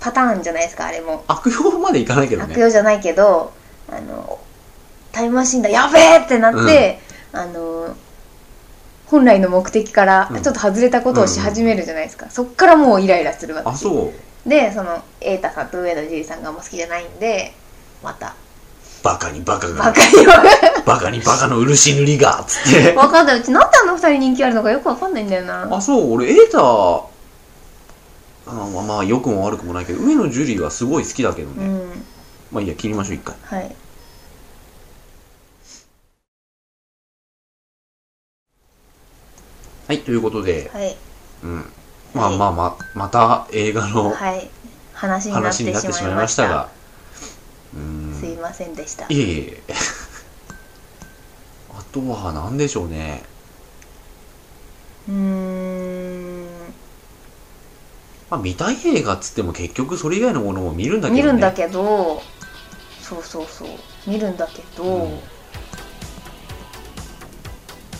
Speaker 2: パターンじゃないですかあれも、
Speaker 1: あ悪用までいかないけど
Speaker 2: 悪
Speaker 1: ね
Speaker 2: 用じゃないけどあのタイムマシンだやべえってなって、あの本来の目的から
Speaker 1: うん
Speaker 2: ちょっと外れたことをし始めるじゃないですか、そっからもうイライラするわけ
Speaker 1: あそう
Speaker 2: でその瑛太さんと上野樹里さんがあんま好きじゃないんでまた
Speaker 1: バカにバカ
Speaker 2: バ
Speaker 1: が
Speaker 2: カにバカ
Speaker 1: バカにバカの漆塗りがつって
Speaker 2: わかんないうちなんであの二人人気あるのかよくわかんないんだよな
Speaker 1: あ、そう、俺、エータあまあ、まあ、良くも悪くもないけど、上野樹里はすごい好きだけど
Speaker 2: う
Speaker 1: ね。
Speaker 2: ん
Speaker 1: まあいいや、切りましょう、一回。
Speaker 2: はい
Speaker 1: はい、ということで、
Speaker 2: はい
Speaker 1: うん。まあまあまあ、また映画の
Speaker 2: はい話になって
Speaker 1: 話
Speaker 2: し
Speaker 1: になってしま
Speaker 2: ま
Speaker 1: い
Speaker 2: い
Speaker 1: ま
Speaker 2: ま
Speaker 1: し
Speaker 2: したた
Speaker 1: が、うん。
Speaker 2: すいませんでした
Speaker 1: いえいえ。 あとは何でしょうね。
Speaker 2: うーん
Speaker 1: まあ、見たい映画っつっても結局それ以外のものも見るんだけど、ね、
Speaker 2: 見るんだけどそうそうそう見るんだけど、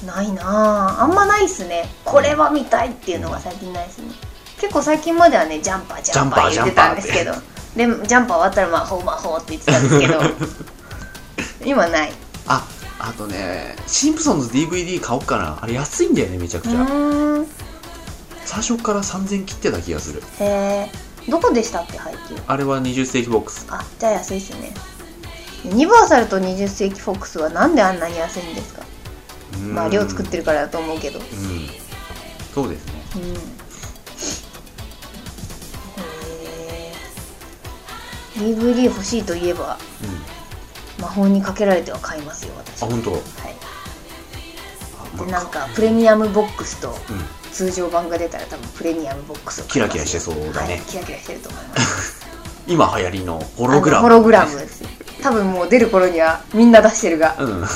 Speaker 2: ないなああんまないっすねこれは見たいっていうのが最近ないっすね結構最近まではねジャンパージャンパー
Speaker 1: ジャ
Speaker 2: 言っ
Speaker 1: ン
Speaker 2: て
Speaker 1: パー
Speaker 2: たんですけどでジャンパー終わったら魔法魔法って言ってたんですけど 今ない
Speaker 1: ああとねシンプソンズ DVD 買おうかなあれ安いんだよねめちゃ
Speaker 2: う
Speaker 1: くちゃ、
Speaker 2: ーん
Speaker 1: 最初から3000切ってた気がする
Speaker 2: へえどこでしたっけ配給
Speaker 1: あれは20世紀ボックス
Speaker 2: あじゃあ安いっすねユニバーサルと20世紀フォックスはなんであんなに安いんですかまあ量作って
Speaker 1: る
Speaker 2: るからだと思うけど
Speaker 1: うんそうですね
Speaker 2: うんへえ DVD 欲しいといえば
Speaker 1: うん
Speaker 2: 魔法にかけられては買いますよ私
Speaker 1: あ
Speaker 2: は
Speaker 1: 本当。
Speaker 2: い
Speaker 1: あ
Speaker 2: でなんかプ
Speaker 1: レ
Speaker 2: レミアムボックスと
Speaker 1: うん
Speaker 2: 通常版が出たら多分プレミアムボックスを
Speaker 1: キ
Speaker 2: 買い
Speaker 1: ラ
Speaker 2: ます
Speaker 1: キラしてそうだね、
Speaker 2: はい、キラキラしてると思います
Speaker 1: 今流行りの ホログラ
Speaker 2: あ
Speaker 1: ム
Speaker 2: のホログラムですよ多分もう出る頃にはみんな出してるが
Speaker 1: うんだ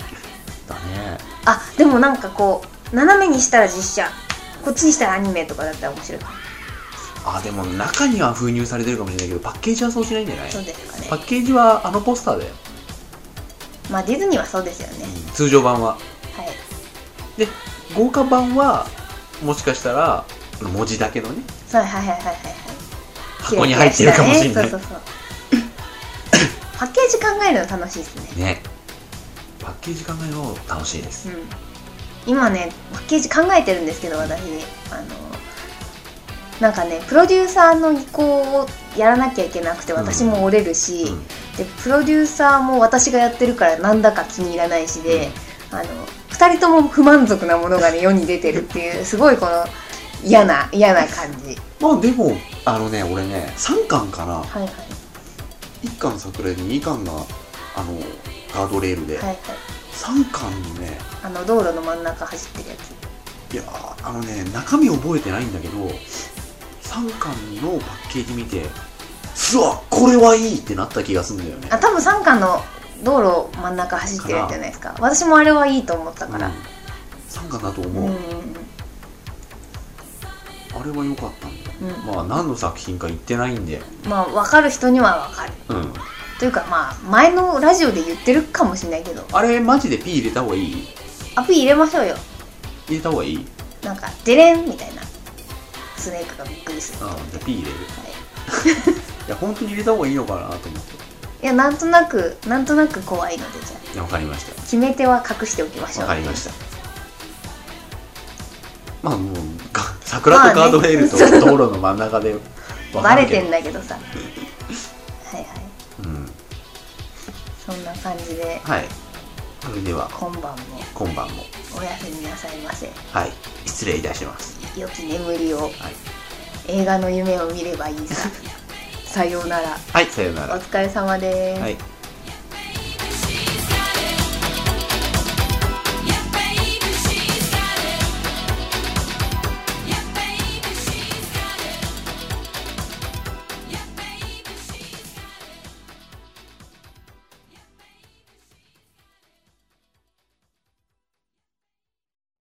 Speaker 1: ね
Speaker 2: あでもなんかこう斜めにしたら実写こっちにしたらアニメとかだったら面白いかも
Speaker 1: あでも中には封入されてるかもしれないけどパッケージはそうしないんじゃない
Speaker 2: そうですかね
Speaker 1: パッケージはあのポスターだよ、
Speaker 2: まあディズニーはそうですよね
Speaker 1: うん通常版は
Speaker 2: はい
Speaker 1: 豪華版はもしかしたら文字だけのね
Speaker 2: そうはいはいはいはいはい
Speaker 1: 箱に入ってるかもしれない
Speaker 2: キラキラしたねそうそうそうパッケージ考えるの楽しいですね
Speaker 1: ねパッケージ考えるの楽しいです
Speaker 2: うん今ねパッケージ考えてるんですけど私あのなんかねプロデューサーの意向をやらなきゃいけなくて
Speaker 1: うん
Speaker 2: 私も折れるし、
Speaker 1: うん
Speaker 2: でプロデューサーも私がやってるからなんだか気に入らないしで、あの2人とも不満足なものがね世に出てるっていうすごいこの嫌な嫌な感じ
Speaker 1: まあでもあのね俺ね3巻かな
Speaker 2: はいはい
Speaker 1: 1巻桜で2巻があのガードレールで、
Speaker 2: はいはい
Speaker 1: 三3巻のね
Speaker 2: あの道路の真ん中走ってるやつ
Speaker 1: いやーあのね中身覚えてないんだけど3巻のパッケージ見てすわこれはいいってなった気がするんだよね
Speaker 2: あ多分三冠の道路真ん中走ってるやつじゃないですか私もあれはいいと思ったから
Speaker 1: うん、3巻だと
Speaker 2: う
Speaker 1: 思う、
Speaker 2: んうん
Speaker 1: あれは良かったんだよ、
Speaker 2: うん
Speaker 1: まあ何の作品か言ってないんで
Speaker 2: まあ分かる人には分かる
Speaker 1: うん
Speaker 2: というかまあ前のラジオで言ってるかもしれないけど
Speaker 1: あれマジで P 入れた方がいい
Speaker 2: アピー入れましょうよ
Speaker 1: 入れた方がいい
Speaker 2: なんか「デレン」みたいなスネークがびっくりすると思っ
Speaker 1: う
Speaker 2: て、は
Speaker 1: ん、
Speaker 2: い、
Speaker 1: P 入れる。いや、本当に入れた方がいいのかなと思って。
Speaker 2: いやなんとなくなんとなく怖いのでじゃあ
Speaker 1: いやわかりました。
Speaker 2: 決め手は隠しておきましょう
Speaker 1: わかりました。まあもう、が桜とガードレールと
Speaker 2: まあね
Speaker 1: 道路の真ん中でわ
Speaker 2: バ
Speaker 1: か
Speaker 2: レ
Speaker 1: るけ
Speaker 2: て
Speaker 1: ど
Speaker 2: んだけどさはいはい
Speaker 1: うん。
Speaker 2: そんな感じで
Speaker 1: はい。それでは、
Speaker 2: 今晩も
Speaker 1: 今晩も、
Speaker 2: おやすみなさいませ
Speaker 1: はい、失礼いたします。
Speaker 2: 良き眠りを
Speaker 1: はい。
Speaker 2: 映画の夢を見ればいいささようなら
Speaker 1: はい、さような
Speaker 2: お
Speaker 1: ら。
Speaker 2: 疲れ様です、
Speaker 1: はい。